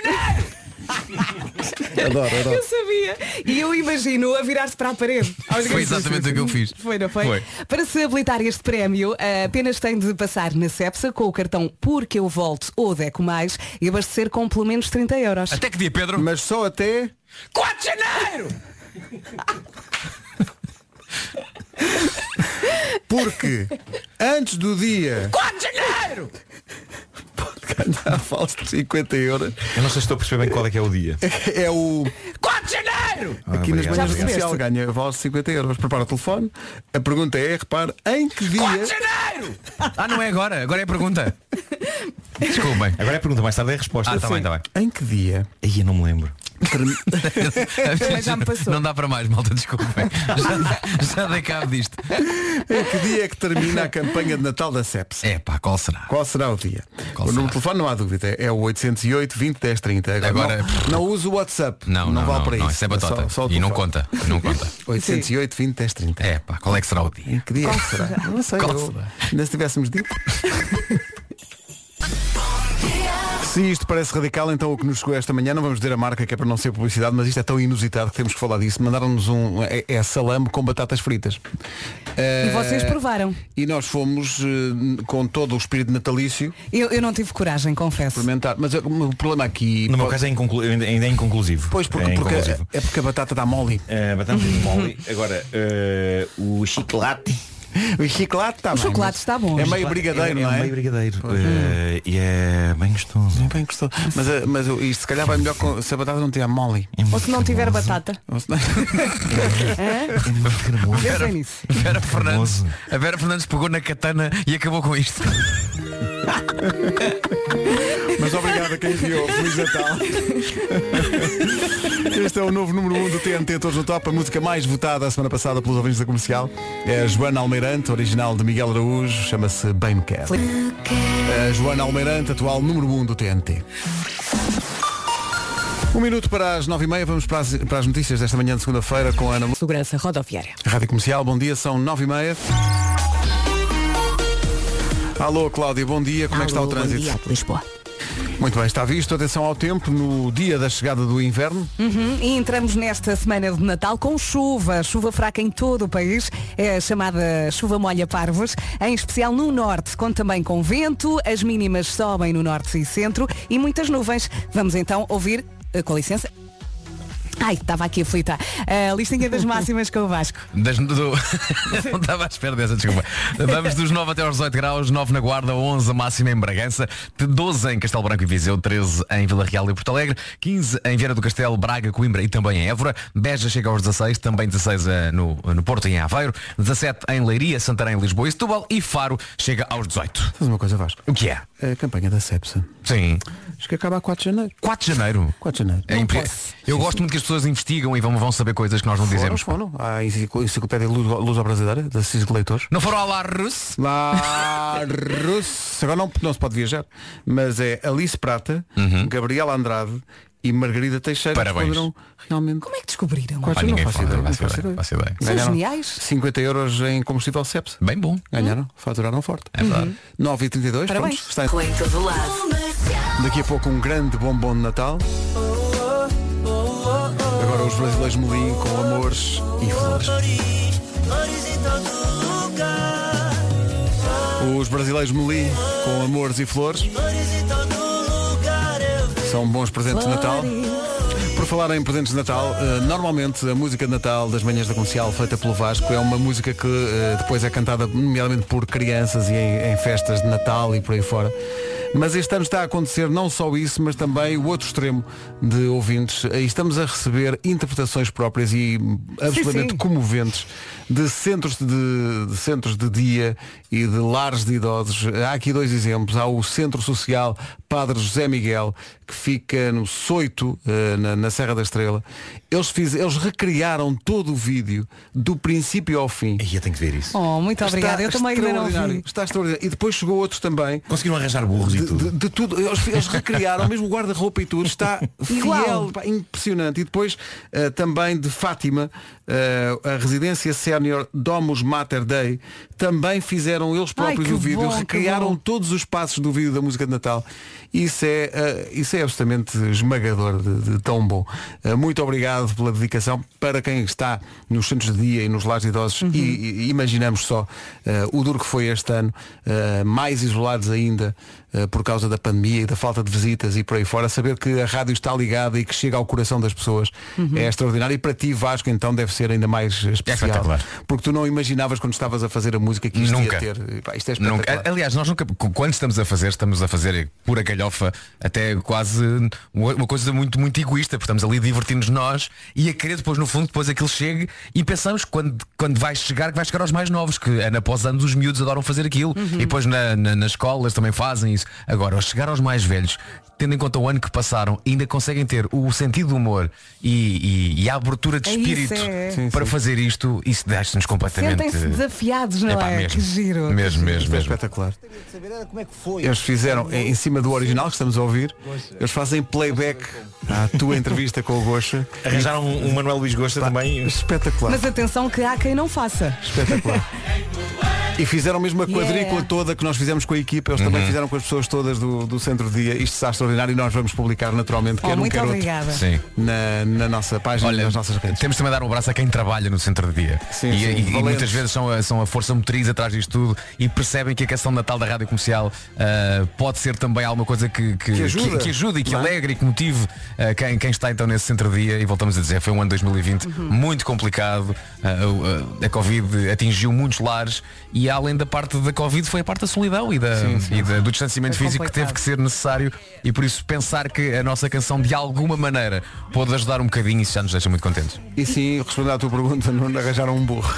Adoro, adoro.
Eu sabia. E eu imagino a virar-se para a parede. Aos
Foi
gritos.
exatamente o que eu fiz.
Foi, não foi?
Foi.
Para se habilitar este prémio, eh, apenas tem de passar na Cepsa com o cartão Porque Eu Volto ou Deco Mais e abastecer com pelo menos 30 euros.
Até que dia, Pedro?
Mas só até.
4 de janeiro!
Porque antes do dia (laughs)
4 de janeiro!
ganhar falso de 50 euros.
Eu não sei se estou a perceber bem qual é que é o dia.
É o. Ah,
4 de janeiro!
Aqui
obrigado.
nas manhãs
Já
do comercial
percebeste?
ganha vale 50 euros. Prepara o telefone. A pergunta é, repare, em que dia.
Ah, não é agora, agora é
(laughs)
a pergunta. Desculpem.
Agora é a pergunta, mais tarde é a resposta.
Ah, tá bem, tá bem.
Em que dia?
Aí eu não me lembro.
(laughs) Também já me passou.
Não dá para mais, malta, desculpem. Já, já dei cabo disto.
(laughs) Em que dia é que termina a campanha de Natal da Cepsa?
É pá, qual será?
Qual será o dia? o número de telefone não há dúvida. É o 808 20 10 30. Agora,
Agora-
não, não uso o WhatsApp.
Não, não,
vale
não,
para
não,
isso.
isso é batota.
Só- só o
e não
telefone.
conta, não conta.
808 20 10 30.
É pá, qual é que será o dia?
(laughs) Em que dia
Qual
é que será?
será?
Não sei.
Qual
eu-
será?
Ainda se tivéssemos dito. Se isto parece radical, então o que nos chegou esta manhã, não vamos dizer a marca que é para não ser publicidade, mas isto é tão inusitado que temos que falar disso. Mandaram-nos um. É, é salame com batatas fritas.
E
Eh,
vocês provaram.
E nós fomos eh, com todo o espírito natalício
Eu, eu não tive coragem, confesso.
experimentar. Mas eh, o problema aqui.
No meu
pode-
caso é inconclu... ainda ainda é inconclusivo.
Pois porque,
é
porque
inconclusivo.
é porque a batata dá mole.
Eh, batata mole. Agora, eh, o chocolate.
O chocolate está
O bem, chocolate mas está bom.
é meio brigadeiro,
é,
não é?
meio brigadeiro.
Pois.
Eh, e é bem gostoso.
É bem gostoso. Mas, eh, mas eu- isto se calhar vai melhor com- se a batata não
(laughs)
tiver mole.
Ou se não tiver batata.
Ou se não-
É
Hã?
Vera,
Pensem nisso.
Vera Fernandes, a Vera Fernandes pegou na katana e acabou com isto.
Mas obrigado a quem enviou. Feliz Natal. Este é o novo número 1 um do TNT Todos no Top, a música mais votada a semana passada pelos ouvintes da comercial. É a Joana Almeirante, original de Miguel Araújo, chama-se Bem Me Quer. A Joana Almeirante, atual número 1 um do TNT. Um minuto para as nove e meia, vamos para as, para as notícias desta manhã de segunda-feira com a Ana Mo-
Segurança rodoviária.
Rádio Comercial, bom dia, são nove e meia. Alô, Cláudia, bom dia, como é que está o
Alô, bom
trânsito?
dia, Lisboa.
Muito bem, está visto. Atenção ao tempo no dia da chegada do inverno.
Uhum, E entramos nesta semana de Natal com chuva, chuva fraca em todo o país, é a chamada chuva molha parvos, em especial no norte, conta também com vento, as mínimas sobem no norte e centro e muitas nuvens. Vamos então ouvir, eh, com licença. Ai, estava aqui aflita. A listinha das máximas com o Vasco.
Das- do- (laughs) Não estava à espera dessa, desculpa. Vamos dos 9 até aos 18 graus, 9 na Guarda, 11 a máxima em Bragança, 12 em Castelo Branco e Viseu, 13 em Vila Real e Porto Alegre, 15 em Vieira do Castelo, Braga, Coimbra e também em Évora, Beja chega aos 16, também 16 eh, no, no Porto e em Aveiro, 17 em Leiria, Santarém, Lisboa e Setúbal e Faro chega aos 18.
Faz uma coisa, Vasco.
O que é?
A campanha da Cepsa.
Sim.
Acho que acaba a 4 de janeiro.
4 de janeiro.
4 de janeiro.
É impre- Eu gosto muito que as pessoas investigam e vão, vão saber coisas que nós não
Foram,
dizemos.
foram. A enciclopédia Luso- Luso-Brasileira, da CIS de Leitores.
Não foram ao Larrus?
Larus. Agora não, não se pode viajar. Mas é Alice Prata, Gabriela Andrade e Margarida Teixeira. que
Uhum. Parabéns.
responderam realmente.
Como é que descobriram?
Quatro,
Pá,
não
ninguém
faço
fala,
ideia,
vai
não
ser
faço
bem,
ideia.
vai ser bem.
São
Ganharam
geniais. Hum?
50 euros em combustível Cepsa.
Bem bom.
Ganharam, faturaram forte.
É
Uhum.
verdade.
9h32,
Parabéns.
pronto, está em-
Em todo lado.
Daqui a pouco um grande bombom de Natal. Agora os brasileiros Melim com amores e flores. Os brasileiros Melim com amores e flores. São bons presentes de Natal. Por falar em presentes de Natal, eh, normalmente a música de Natal das manhãs da comercial feita pelo Vasco é uma música que eh, depois é cantada nomeadamente por crianças e em, em festas de Natal e por aí fora. Mas este ano está a acontecer não só isso, mas também o outro extremo de ouvintes. Eh, Estamos a receber interpretações próprias e hum, absolutamente
sim.
comoventes de centros de, de centros de dia e de lares de idosos. Há aqui dois exemplos. Há o Centro Social Padre José Miguel, que fica no Soito, eh, na, na Serra da Estrela. Eles, fiz, eles recriaram todo o vídeo, do princípio ao fim.
Aí eu tenho que ver isso.
Oh, muito obrigada. Eu também ainda não
extraordinário.
vi.
Está extraordinário. E depois chegou outro também.
Conseguiram arranjar burros e tudo.
De, de tudo. Eles, eles recriaram, mesmo o guarda-roupa e tudo,
(laughs)
está
Igual.
fiel, pá, impressionante. E depois eh, também de Fátima, eh, a residência sénior Domus Mater Dei, também fizeram eles próprios
que
o vídeo,
bom, que
recriaram
bom.
todos os passos do vídeo da música de Natal. Isso é, eh, isso é absolutamente esmagador de, de tão bom. Eh, muito obrigado pela dedicação para quem está nos centros de dia e nos lares de idosos e, e imaginamos só eh, o duro que foi este ano, eh, mais isolados ainda eh, por causa da pandemia e da falta de visitas e por aí fora. Saber que a rádio está ligada e que chega ao coração das pessoas
Uhum.
é extraordinário e para ti, Vasco, então deve ser ainda mais especial.
É espetacular.
porque tu não imaginavas quando estavas a fazer a música que isto
Nunca.
ia ter. E pá, isto é espetacular.
Nunca. Aliás, nós nunca, quando estamos a fazer, estamos a fazer pura galhofa, até quase uma uma coisa muito, muito egoísta, porque estamos ali a divertir-nos nós e a querer depois, no fundo, depois aquilo chegue e pensamos quando, quando vai chegar, que vai chegar aos mais novos, que ano após ano os miúdos adoram fazer aquilo
Uhum.
e depois na- na- nas escolas também fazem isso. Agora, ao chegar aos mais velhos, tendo em conta o ano que passaram, ainda conseguem ter o sentido do humor e, e- e a abertura de
É isso,
espírito
é. Sim,
para
sim.
fazer isto, isso deixa-nos completamente.
Sentem-se desafiados, não
Epá,
é?
mesmo.
Que giro.
Mesmo, mesmo,
Isto é
mesmo.
espetacular. Eles fizeram, em em cima do original que estamos a ouvir, eles fazem playback à tua entrevista com o Gocha.
Arranjaram um, um Manuel Luís Gosta também.
Espetacular.
Mas atenção que há quem não faça.
Espetacular. E fizeram mesmo a
Yeah.
quadrícula toda que nós fizemos com a equipa, eles também
Uhum.
fizeram com as pessoas todas do, do centro de dia. Isto está extraordinário e nós vamos publicar naturalmente,
Oh,
quer um
muito
quer
obrigada.
outro,
Sim.
Na, na nossa página, nas nossas redes.
Temos também de dar um abraço a quem trabalha no centro de dia. e,
sim,
e- e
valentes.
muitas vezes são a, são a força motriz atrás disto tudo e percebem que a canção de Natal da Rádio Comercial ah, pode ser também alguma coisa que, que,
Que ajuda.
que- que ajude e que
Não é?
alegre e que motive ah, quem, quem está então nesse centro de dia. E voltamos a dizer, foi um ano 2020
Uhum.
muito complicado. Ah, o- a- a Covid atingiu muitos lares e além da parte da Covid foi a parte da solidão e, da,
Sim, sim.
e da- do distanciamento
Foi
físico que teve
complicado.
que ser necessário e por isso pensar que a nossa canção de alguma maneira pôde ajudar um bocadinho isso já nos deixa muito contentes.
E sim, respondendo à tua pergunta, não arranjaram um
(laughs)
burro.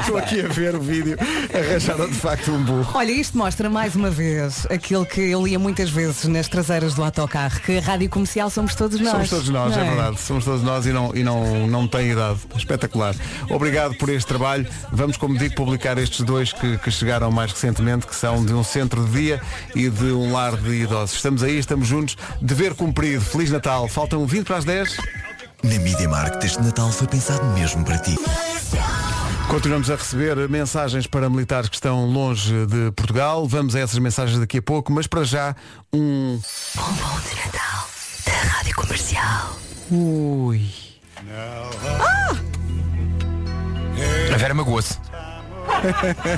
Estou aqui a ver o vídeo, arranjaram de facto um burro.
Olha, isto mostra mais uma vez aquilo que eu lia muitas vezes nas traseiras do autocarro, que a rádio comercial somos todos nós.
Somos todos nós,
não
é? verdade. Somos todos nós e não, e não, não tem idade. Espetacular. Obrigado por este trabalho. Vamos, como digo, publicar estes dois que, que chegaram mais recentemente, que são de um centro de dia e de um lar de idosos. Estamos aí, estamos juntos. Dever cumprido. Feliz Natal. Faltam 20 para as 10.
Na Media Market este Natal foi pensado mesmo para ti.
Continuamos a receber mensagens para militares que estão longe de Portugal. Vamos a essas mensagens daqui a pouco, mas para já um.
Da Rádio Comercial.
Ui.
Ah!
A Vera magoou-se.
(laughs)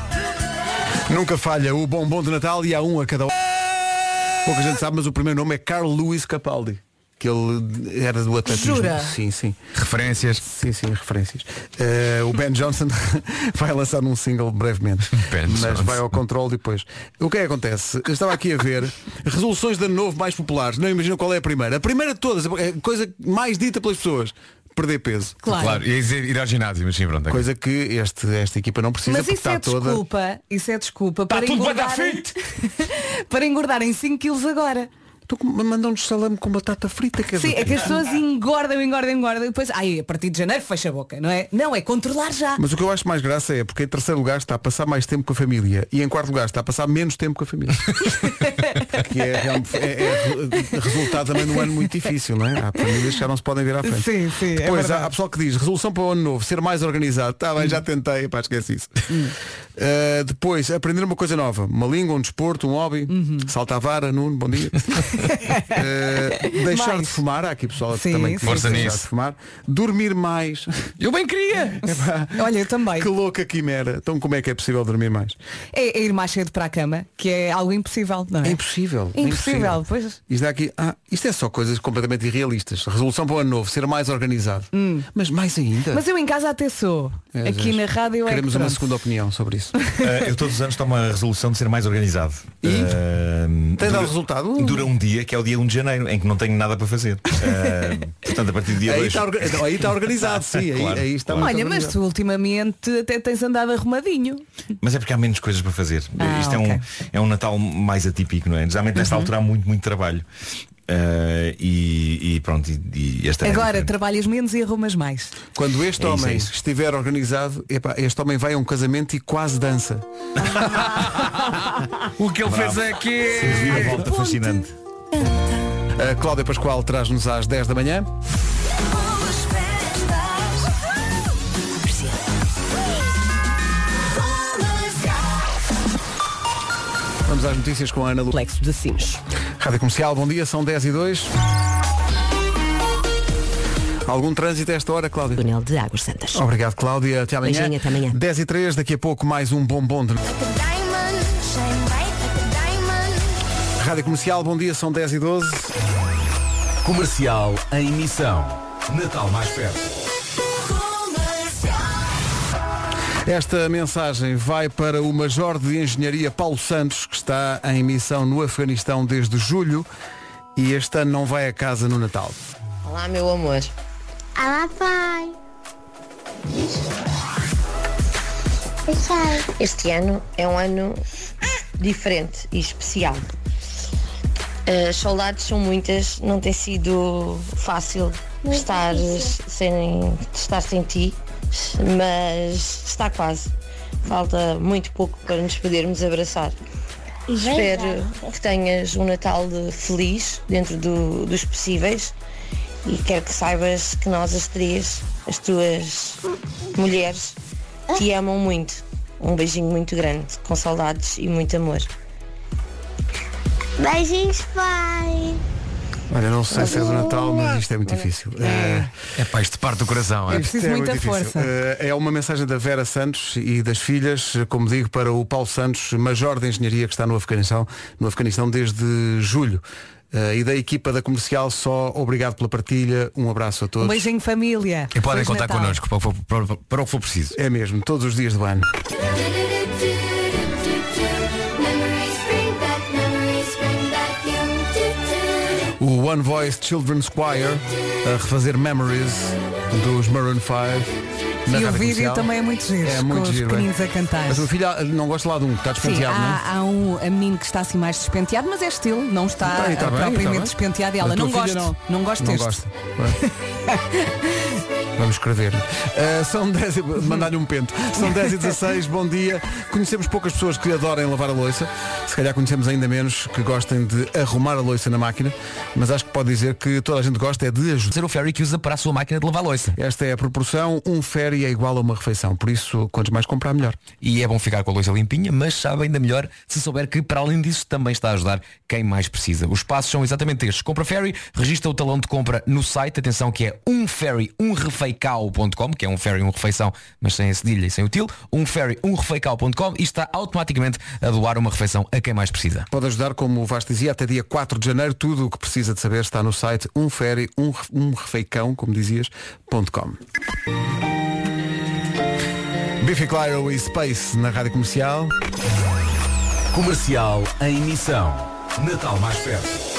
Nunca falha o bombom de Natal e há um a cada hora. Pouca gente sabe, mas o primeiro nome é Carl Lewis Capaldi. Que ele era do atletismo.
Jura?
Sim, sim.
Referências.
Sim, sim, referências. Eh, o Ben Johnson (laughs) vai lançar um single brevemente. mas
Johnson.
vai ao controle depois. O que é que acontece? Eu estava aqui a ver resoluções de ano novo mais populares. Não imagino qual é a primeira. A primeira de todas, a coisa mais dita pelas pessoas. Perder peso.
e dizer ir ao ginásio, mas sim, pronto. ok.
Coisa que este, esta equipa não precisa
Mas
porque
isso
está
é
toda. Tá
desculpa, isso é desculpa para
tudo bué da
engordarem, (laughs) para engordarem 5 quilos agora.
Mandam-nos salame com batata frita. quer
Sim,
dizer-
é que as pessoas engordam, engordam, engordam e depois, ai, a partir de janeiro fecha a boca, não é? Não, é controlar já.
Mas o que eu acho mais graça é porque em terceiro lugar está a passar mais tempo com a família e em quarto lugar está a passar menos tempo com a família. que é, realmente- é- é resultado também de um ano muito difícil, não é? Há famílias que já não se podem vir à frente.
Sim, sim, é
Depois há,
verdade.
há pessoal que diz, resolução para o ano novo, ser mais organizado. Está bem, já tentei, pá, esquece isso. Eh, Uh, depois, aprender uma coisa nova. Uma língua, um desporto, um hobby. Salta a vara, Nuno, bom dia. Uh, deixar
Mais.
de fumar, há aqui pessoal que
Sim,
também que
sim,
diz
sim.
deixar de fumar. Dormir mais.
Eu
(laughs)
bem queria!
Olha, eu também.
Que louca quimera. Então como é que é possível dormir mais?
É, é ir mais cedo para a cama, que é algo impossível, não é? É
impossível.
Impossível, pois.
Isto, aqui, ah, isto é só coisas completamente irrealistas. Resolução para o ano novo, ser mais organizado.
Hum.
Mas mais ainda.
Mas eu em casa até sou.
É,
Aqui
gente,
na rádio é.
Queremos
que
uma
pronto.
segunda opinião sobre isso.
Eh, eu todos os anos tomo a resolução de ser mais organizado. E
tem dado resultado?
Dura um dia, que é o dia 1 de janeiro, em que não tenho nada para fazer.
(laughs)
Eh, portanto, a partir do dia
Aí
2.
está orga- então, aí está organizado, sim, aí- aí está
Olha, mas tu ultimamente até tens andado arrumadinho.
Mas é porque há menos coisas para fazer.
Ah,
Isto é,
ok. Uhum.
um, é um Natal mais atípico, não é? Geralmente nesta altura há muito, muito trabalho. Eh, e, e pronto, e, e esta é
Agora trabalhas menos e arrumas mais.
Quando este
É isso,
homem
é isso.
estiver organizado, epá, este homem vai a um casamento e
(laughs)
quase dança.
o que ele
Bravo.
fez aqui.
volta fascinante.
A Cláudia Pascoal traz-nos às 10 da manhã. Vamos às notícias com a Ana Lux
de Sines.
Rádio Comercial, bom dia, são 10 e 2. Algum trânsito a esta hora, Cláudia?
Túnel de Águas Santas.
Obrigado, Cláudia. Até amanhã.
Beijinho, até amanhã.
10 e 3, daqui a pouco mais um bombom de... Rádio Comercial, bom dia, são 10 e 12.
Comercial em missão. Natal mais perto.
Esta mensagem vai para o Major de Engenharia Paulo Santos, que está em missão no Afeganistão desde julho e este ano não vai a casa no Natal.
Olá, meu amor.
Olá, pai.
Este ano é um ano diferente e especial. As saudades são muitas, não tem sido fácil
Muito
estar
difícil.
sem, estar sem ti, mas está quase. Falta muito pouco para nos podermos abraçar. Espero que tenhas um Natal de- feliz dentro do- dos possíveis e quero que saibas que nós as três, as tuas mulheres, te amam muito. Um beijinho muito grande, com saudades e muito amor.
Beijinhos, pai.
Olha, não sei se é do Natal, mas isto é muito difícil. Eh,
É pá, isto parte do coração, é?
Isto é muito difícil. Eh, É uma mensagem da Vera Santos e das filhas, eh, como digo, para o Paulo Santos, major de engenharia que está no Afeganistão, no Afeganistão desde julho. Eh, E da equipa da comercial, só obrigado pela partilha. Um abraço a
Um
todos.
beijinho família.
E podem
Feliz
contar
Natal.
connosco para o, que for, para- para o que for preciso. É mesmo, todos os dias do ano. O One Voice Children's Choir a refazer Memories dos Maroon 5. na
E o vídeo
Rádio Comercial.
também é muito giro,
É
com
muito
os
giro, é?
pequeninos a cantar.
Mas o filho ah, não gosta lá de um, está
Sim,
despenteado, não é?
há, há um a menino que está assim mais despenteado, mas é estilo, não está
Tá, e tá
eh,
bem, tá
propriamente
bem.
despenteado e ela
A tua
não
filha
gosto, não, gosto
Não
deste.
gosta. Vamos escrever. Ah, são 10 e... Mandar-lhe um pente. São 10 e 16, bom dia. Conhecemos poucas pessoas que adorem lavar a louça. Se calhar conhecemos ainda menos que gostem de arrumar a louça na máquina. Mas acho que pode dizer que toda a gente gosta é de ajudar.
Ser o ferry que usa para a sua máquina de lavar louça.
Esta é a proporção, um ferry é igual a uma refeição. Por isso, quantos mais comprar, melhor.
E é bom ficar com a louça limpinha, mas sabe ainda melhor se souber que, para além disso, também está a ajudar quem mais precisa. Os passos são exatamente estes. Compra Ferry, registra o talão de compra no site, atenção que é umferryumrefeical.com, que é um ferry, um refeição, mas sem a cedilha e sem o til, umferryumrefeical.com e está automaticamente a doar uma refeição a quem mais precisa.
Pode ajudar, como o Vasco dizia, até dia 4 de janeiro. Tudo o que precisa de saber está no site umfere, um, um refeicão, como dizias, ponto .com. Biffy Clyro e Space na Rádio Comercial.
Comercial em missão. Natal mais perto.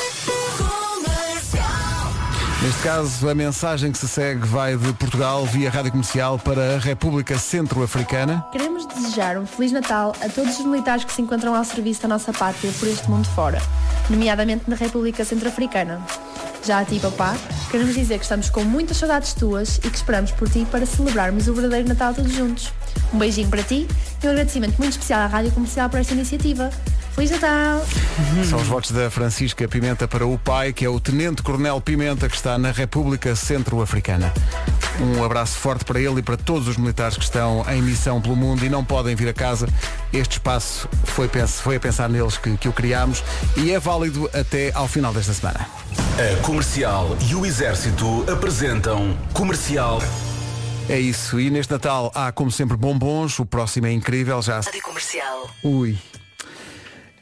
Neste caso, a mensagem que se segue vai de Portugal via Rádio Comercial para a República Centro-Africana.
Queremos desejar um Feliz Natal a todos os militares que se encontram ao serviço da nossa pátria por este mundo fora, nomeadamente na República Centro-Africana. Já a ti, papá, queremos dizer que estamos com muitas saudades tuas e que esperamos por ti para celebrarmos o verdadeiro Natal todos juntos. Um beijinho para ti e um agradecimento muito especial à Rádio Comercial por esta iniciativa. Feliz Natal!
São os votos da Francisca Pimenta para o pai, que é o Tenente Coronel Pimenta, que está na República Centro-Africana. Um abraço forte para ele e para todos os militares que estão em missão pelo mundo e não podem vir a casa. Este espaço foi, pens- foi a pensar neles que, que o criámos e é válido até ao final desta semana.
A Comercial e o Exército apresentam Comercial.
É isso, e neste Natal há, como sempre, bombons. O próximo é incrível, já.
Rádio Comercial.
Ui.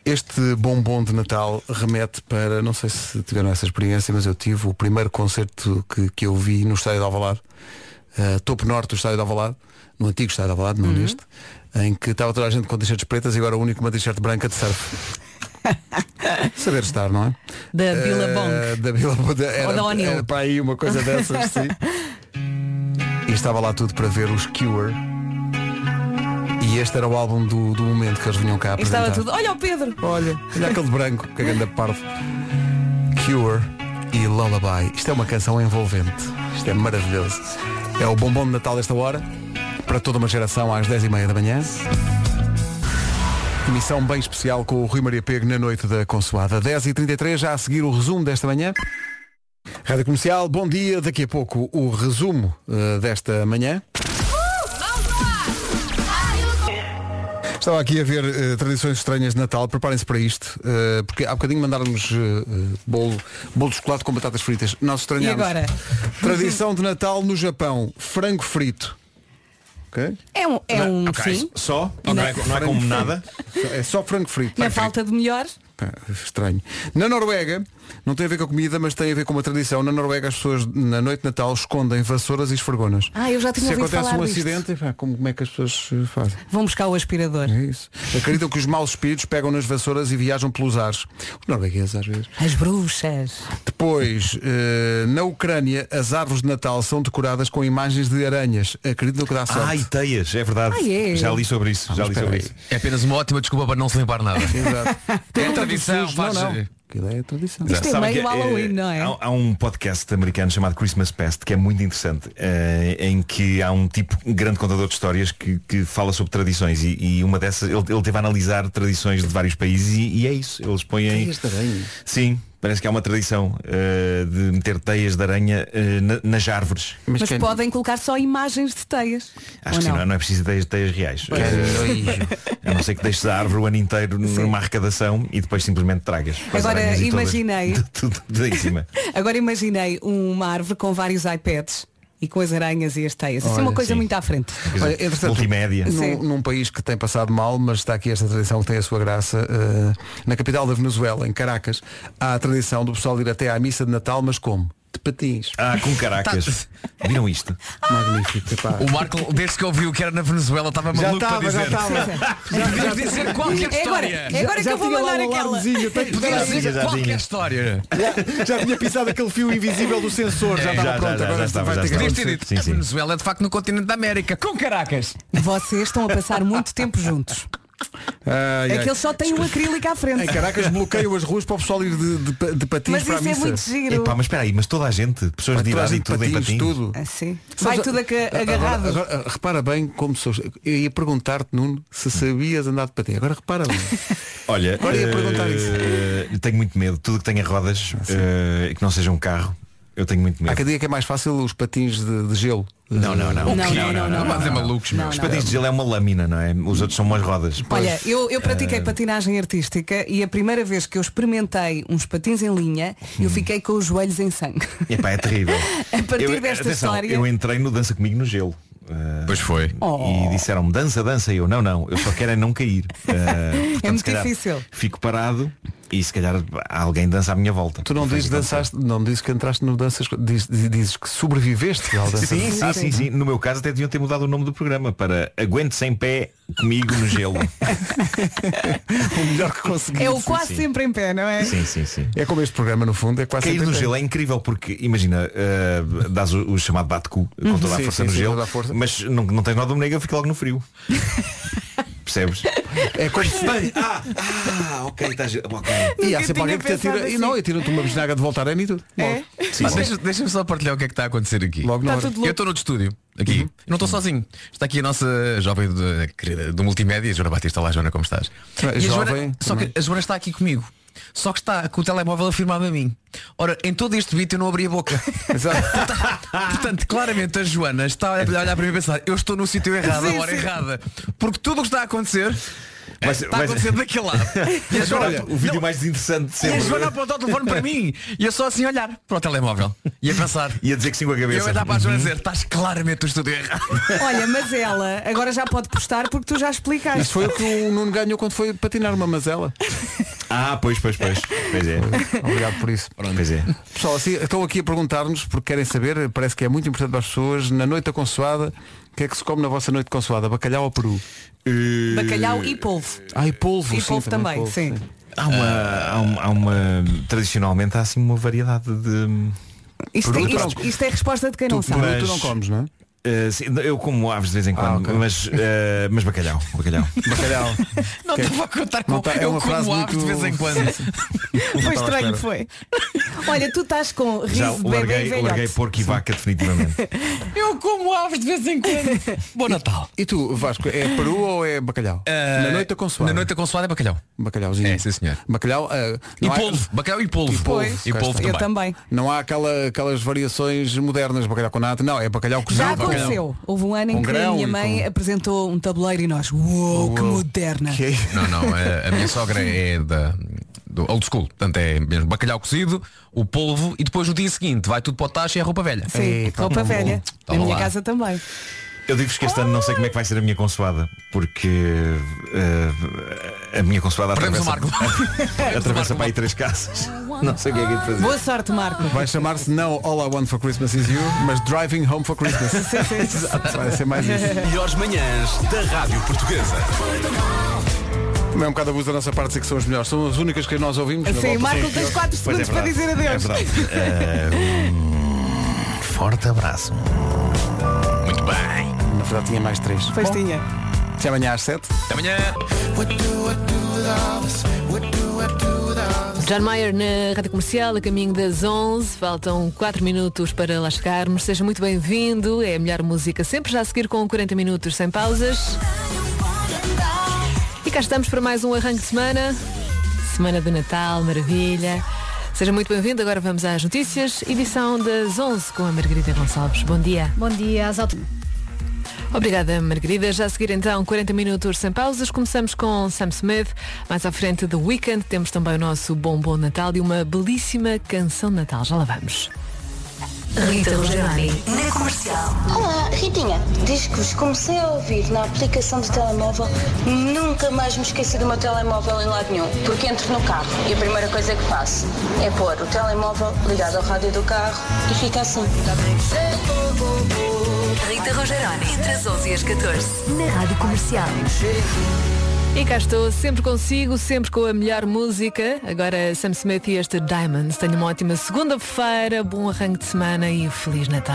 Este bombom de Natal remete para, não sei se tiveram essa experiência, mas eu tive o primeiro concerto que, que eu vi no Estádio de Alvalade, eh, topo norte do Estádio de Alvalade, no antigo Estádio de Alvalade,
Uhum.
não neste, em que estava toda a gente com t-shirts pretas e agora o único com uma t-shirt branca
(laughs)
de surf. Saber estar, não é?
Da
Eh,
Billabong.
Da Billabong. Era,
Ou da O'Neill.
era para aí uma coisa dessas, sim. E estava lá tudo para ver os Cure. E este era o álbum do, do momento que eles vinham cá
E estava tudo.
apresentar.
Olha o Pedro!
Olha, Olha aquele de branco, que é grande parvo. Cure e Lullaby. Isto é uma canção envolvente. Isto é maravilhoso. É o bombom de Natal desta hora, para toda uma geração, às 10h30 da manhã. Emissão bem especial com o Rui Maria Pego na noite da Consoada. 10h33, já a seguir o resumo desta manhã. Rádio Comercial, bom dia. Daqui a pouco o resumo eh, desta manhã. Estava aqui a ver eh, tradições estranhas de Natal, preparem-se para isto, eh, porque há bocadinho mandaram-nos eh, eh, bolo, bolo de chocolate com batatas fritas. Nós
E
estranhámos.
agora?
Tradição de Natal no Japão, frango frito. Ok?
É um, é um
Ok,
sim.
Só?
Não é- não é como
Frango
nada?
frito. É só frango frito.
Na falta de melhor.
Pá, Estranho. Na Noruega, não tem a ver com a comida, mas tem a ver com uma tradição. Na Noruega as pessoas na noite de Natal escondem vassouras e esfregonas.
Ah, eu já tinha
Se
ouvido
acontece
falar
um
disto.
acidente, pá, como, como é que as pessoas eh, fazem?
Vão buscar o aspirador.
É isso. Acreditam que os maus espíritos pegam nas vassouras e viajam pelos ares. Os noruegueses às vezes.
As bruxas.
Depois, eh, na Ucrânia, as árvores de Natal são decoradas com imagens de aranhas. Acreditam que dá sorte.
Ah, e teias, é verdade.
Ah, é?
Já li sobre isso.
Ah,
já li sobre isso.
É apenas uma ótima desculpa para não se limpar (laughs) nada.
(laughs) Exato.
É a tradição,
Não,
faz...
um não. Aquilo é a tradição.
Exato. Sabem que, eh,
é?
Há, há um podcast americano chamado Christmas Past que é muito interessante, eh, em que há um tipo, um grande contador de histórias que, que fala sobre tradições e, e uma dessas, ele, ele teve a analisar tradições de vários países e, e é isso. Eles põem. Sim, parece que há uma tradição eh, de meter teias de aranha eh, na- nas árvores.
Mas, podem colocar só imagens de teias.
Acho
ou
que sim,
não?
não é, não é preciso teias, teias reais.
Pois.
é
Eh, a não ser que deixes a árvore o ano inteiro numa arrecadação e depois simplesmente tragas. com as
Agora,
aranhas e todas-
imaginei.
(laughs) Tudo daí em cima.
Agora imaginei uma árvore com vários iPads e com as aranhas e as teias. Isso é uma
Olha,
coisa
sim.
muito à frente.
Olha, é
é
entretanto,
(laughs) Sim.
Num, num país que tem passado mal, mas está aqui esta tradição que tem a sua graça. eh, na capital da Venezuela, em Caracas, há a tradição do pessoal ir até à missa de Natal, mas como? De patins.
Ah, com Caracas.
Tá.
Viram isto?
Ah!
Magnífico. epá.
O Marco, desde que ouviu que era na Venezuela, estava
Já
maluco
estava,
para
já
dizer.
estava.
Podias dizer qualquer
É agora-
história.
é agora que eu vou
um
mandar
Um
aquela.
tá
(laughs)
Podias dizer qualquer história.
(laughs) Já, já tinha pisado aquele fio invisível do sensor, já
É,
estava pronto. agora vai ter que
Podias ter
acontecer.
dito, A Venezuela é de facto no continente da América. Com Caracas.
Vocês estão a passar muito tempo juntos.
Ai, ai.
Aquele só tem um acrílico à frente.
Em Caracas bloqueiam as ruas para o pessoal ir de, de, pa- de patins
Mas
para a
isso é
missa.
muito giro.
Epá, mas espera aí, mas toda a gente, pessoas
Mas
de
toda a
idade e
gente
tudo em patins.
patins, tudo.
Ah, sim. Vai
Sabes,
tudo aca-
agora-
agarrado.
Agora, ah, repara bem como sou. Eu ia perguntar-te, Nuno, se sabias andar de patins. Agora
(laughs)
repara bem.
Olha,
Agora ia perguntar
eh, tenho muito medo. Tudo que tenha rodas, eh, que não seja um carro, eu tenho muito
Há
medo.
cada dia que é mais fácil os patins de, de gelo. Não,
Não, não. Os patins de gelo é uma lâmina, não é? Os outros são umas rodas.
Olha, eu, eu pratiquei
Eh,
patinagem artística e a primeira vez que eu experimentei uns patins em linha, eu fiquei com os joelhos em sangue.
Epá, é terrível.
(laughs) A partir
Eu-
desta
atenção,
história-
Eu entrei no Dança Comigo no gelo. Eh,
pois foi.
Oh.
E disseram-me dança, dança. E eu, não, não, eu só quero é não cair.
(laughs)
Eh, portanto,
É muito
se calhar,
difícil.
Fico parado e se calhar alguém dança à minha volta.
Tu não
Foi
dizes
o que
dançaste, não dizes que entraste no danças, diz- diz- dizes que sobreviveste ao dança.
Sim, sim, sim, sim. No meu caso até deviam ter mudado o nome do programa para Aguente Sem Pé Comigo no Gelo.
(laughs) O melhor que consegui.
É o quase sempre em pé, não é?
(laughs) Sim, sim, sim.
É como este programa, no fundo, é quase
Cair
sempre
no
bem.
gelo é incrível porque, imagina, eh, dás o, o chamado bate-cu com
Uhum.
toda a
Sim,
força
sim,
no
sim,
gelo,
toda a força.
mas não, não tens nada nega, fica logo no frio. Percebes?
É como se-
Bem, ah, ah, ok, estás. ok.
E há sempre alguém que te atira. E não, e tira-te uma bisnaga de voltar e tudo. Logo. Sim,
Mas
logo.
deixa- deixa-me só partilhar o que é que está a acontecer aqui.
na Está hora. tudo louco. Uhum.
eu estou no outro estúdio, aqui. Eu Não estou sozinho. Está aqui a nossa jovem do, querida do multimédia, Joana Batista. Olá, Joana, como estás?
Ah,
E a Joana-
jovem,
só que
também.
a Joana está aqui comigo. Só que está com o telemóvel afirmado a mim. Ora, em todo este beat eu não abri
(laughs)
a boca. portanto, portanto, claramente a Joana está a olhar para mim e pensar, eu estou no sítio errado,
Sim,
na hora
sim.
errada. Porque tudo o que está a acontecer.
Vai ser-
está a
vai ser-
acontecer
(laughs)
daquele lado. E a
Mas
Joana-
olha, o vídeo mais interessante de
e a
sempre.
Joana apontou o telefone para mim e eu só assim a olhar para o telemóvel e a pensar.
E a dizer que sim com a
E
cabeça.
eu ia dar para a Joana
Uhum.
dizer, estás claramente no estúdio errado.
Olha, mas ela agora já pode postar porque tu já explicaste.
Isso foi o que o Nuno ganhou quando foi patinar uma mazela.
Ah, pois, pois, pois. Pois é.
Obrigado por isso.
Pois é.
Pessoal, assim, estão aqui a perguntar-nos, porque querem saber, parece que é muito importante para as pessoas, na noite da consoada, o que é que se come na vossa noite de consoada? Bacalhau ou peru?
Bacalhau e polvo.
Ah, e polvo,
E
sim,
polvo também,
polvo,
sim.
Há uma,
Ah.
há um- há uma- Tradicionalmente há assim uma variedade de.
Isto,
produtos.
isto- isto é a resposta de quem não
Tu-
sabe.
mas-
não é?
Eh, sim, eu como aves de vez em quando,
Ah,
ok.
mas, eh, mas bacalhau.
(laughs)
Bacalhau.
(laughs)
bacalhau.
Não
Que-
estava a contar com
Não tá- é
eu
uma
como
frase
aves
muito-
de vez em quando.
Sim, sim.
Foi
estava à
estranho,
espera.
foi. (laughs) Olha, tu estás com
Já
riso de
o
bebê e
larguei, o larguei
velhote.
porco e vaca definitivamente.
(laughs)
Eu como aves de vez em quando. Bom Natal.
E tu, Vasco, é peru ou é bacalhau? na noite da consoada.
Na noite da consoada é bacalhau.
Bacalhauzinho. É,
sim senhor.
Bacalhau. ah,
E
não há-
polvo. Bacalhau e polvo.
polvo,
E
cá
polvo
está.
também. Eu também.
Não há aquela, aquelas variações modernas, bacalhau com nata. Não, é bacalhau cozido.
Já
bacalhau.
aconteceu. Houve um ano em
Com
que a
grão
minha
e
mãe apresentou um tabuleiro e nós, uou, que moderna.
é-
Não, não, a, a minha sogra é da do old school, portanto é mesmo bacalhau cozido, o polvo e depois no dia seguinte vai tudo para o tacho e a roupa velha.
Sim,
tá
roupa velha. Na
Toma
minha
lá.
casa também.
Eu digo-vos que este ano não sei como é que vai ser a minha consoada, porque eh, a minha consoada
Perdemos
atravessa, (laughs) atravessa para aí três
(laughs)
casas. Não sei o que é que é de fazer.
Boa sorte, Marco.
Vai chamar-se não All I Want for Christmas is You, mas Driving Home for
(laughs)
Christmas. Exato. Vai ser mais isso.
Melhores manhãs da Rádio Portuguesa.
Também é um bocado abuso da nossa parte dizer que são as melhores. São as únicas que nós ouvimos. na
Sim,
volta.
Marco, tens
pior.
quatro
Pois é
segundos para
verdade.
dizer
É
adeus.
verdade.
(laughs)
Eh, um forte abraço.
Muito bem.
Na verdade tinha mais três.
Pois
Bom,
tinha.
Até amanhã às sete.
Até amanhã.
John Mayer na Rádio Comercial, a caminho das 11, faltam 4 minutos para lá chegarmos. Seja muito bem-vindo, é a melhor música sempre, já a seguir com 40 minutos sem pausas. E cá estamos para mais um arranque de semana. Semana de Natal, maravilha. Seja muito bem-vindo, agora vamos às notícias, edição das 11 com a Margarida Gonçalves. Bom dia.
Bom dia às auto...
Obrigada, Margarida. Já a seguir então 40 minutos sem pausas. Começamos com Sam Smith. Mais à frente do Weekend temos também o nosso Bom Bom Natal e uma belíssima canção de Natal. Já lá vamos. Rita Rogeroni.
Na comercial. Olá, Ritinha. Discos, comecei a ouvir na aplicação do telemóvel. Nunca mais me esqueci do meu telemóvel em lado nenhum. Porque entro no carro e a primeira coisa que faço é pôr o telemóvel ligado ao rádio do carro e fica assim.
Rita Rogeroni, entre as 11 e as 14, na Rádio Comercial. E cá estou, sempre consigo, sempre com a melhor música. Agora Sam Smith e este Diamonds. Tenha uma ótima segunda-feira, bom arranque de semana e Feliz Natal.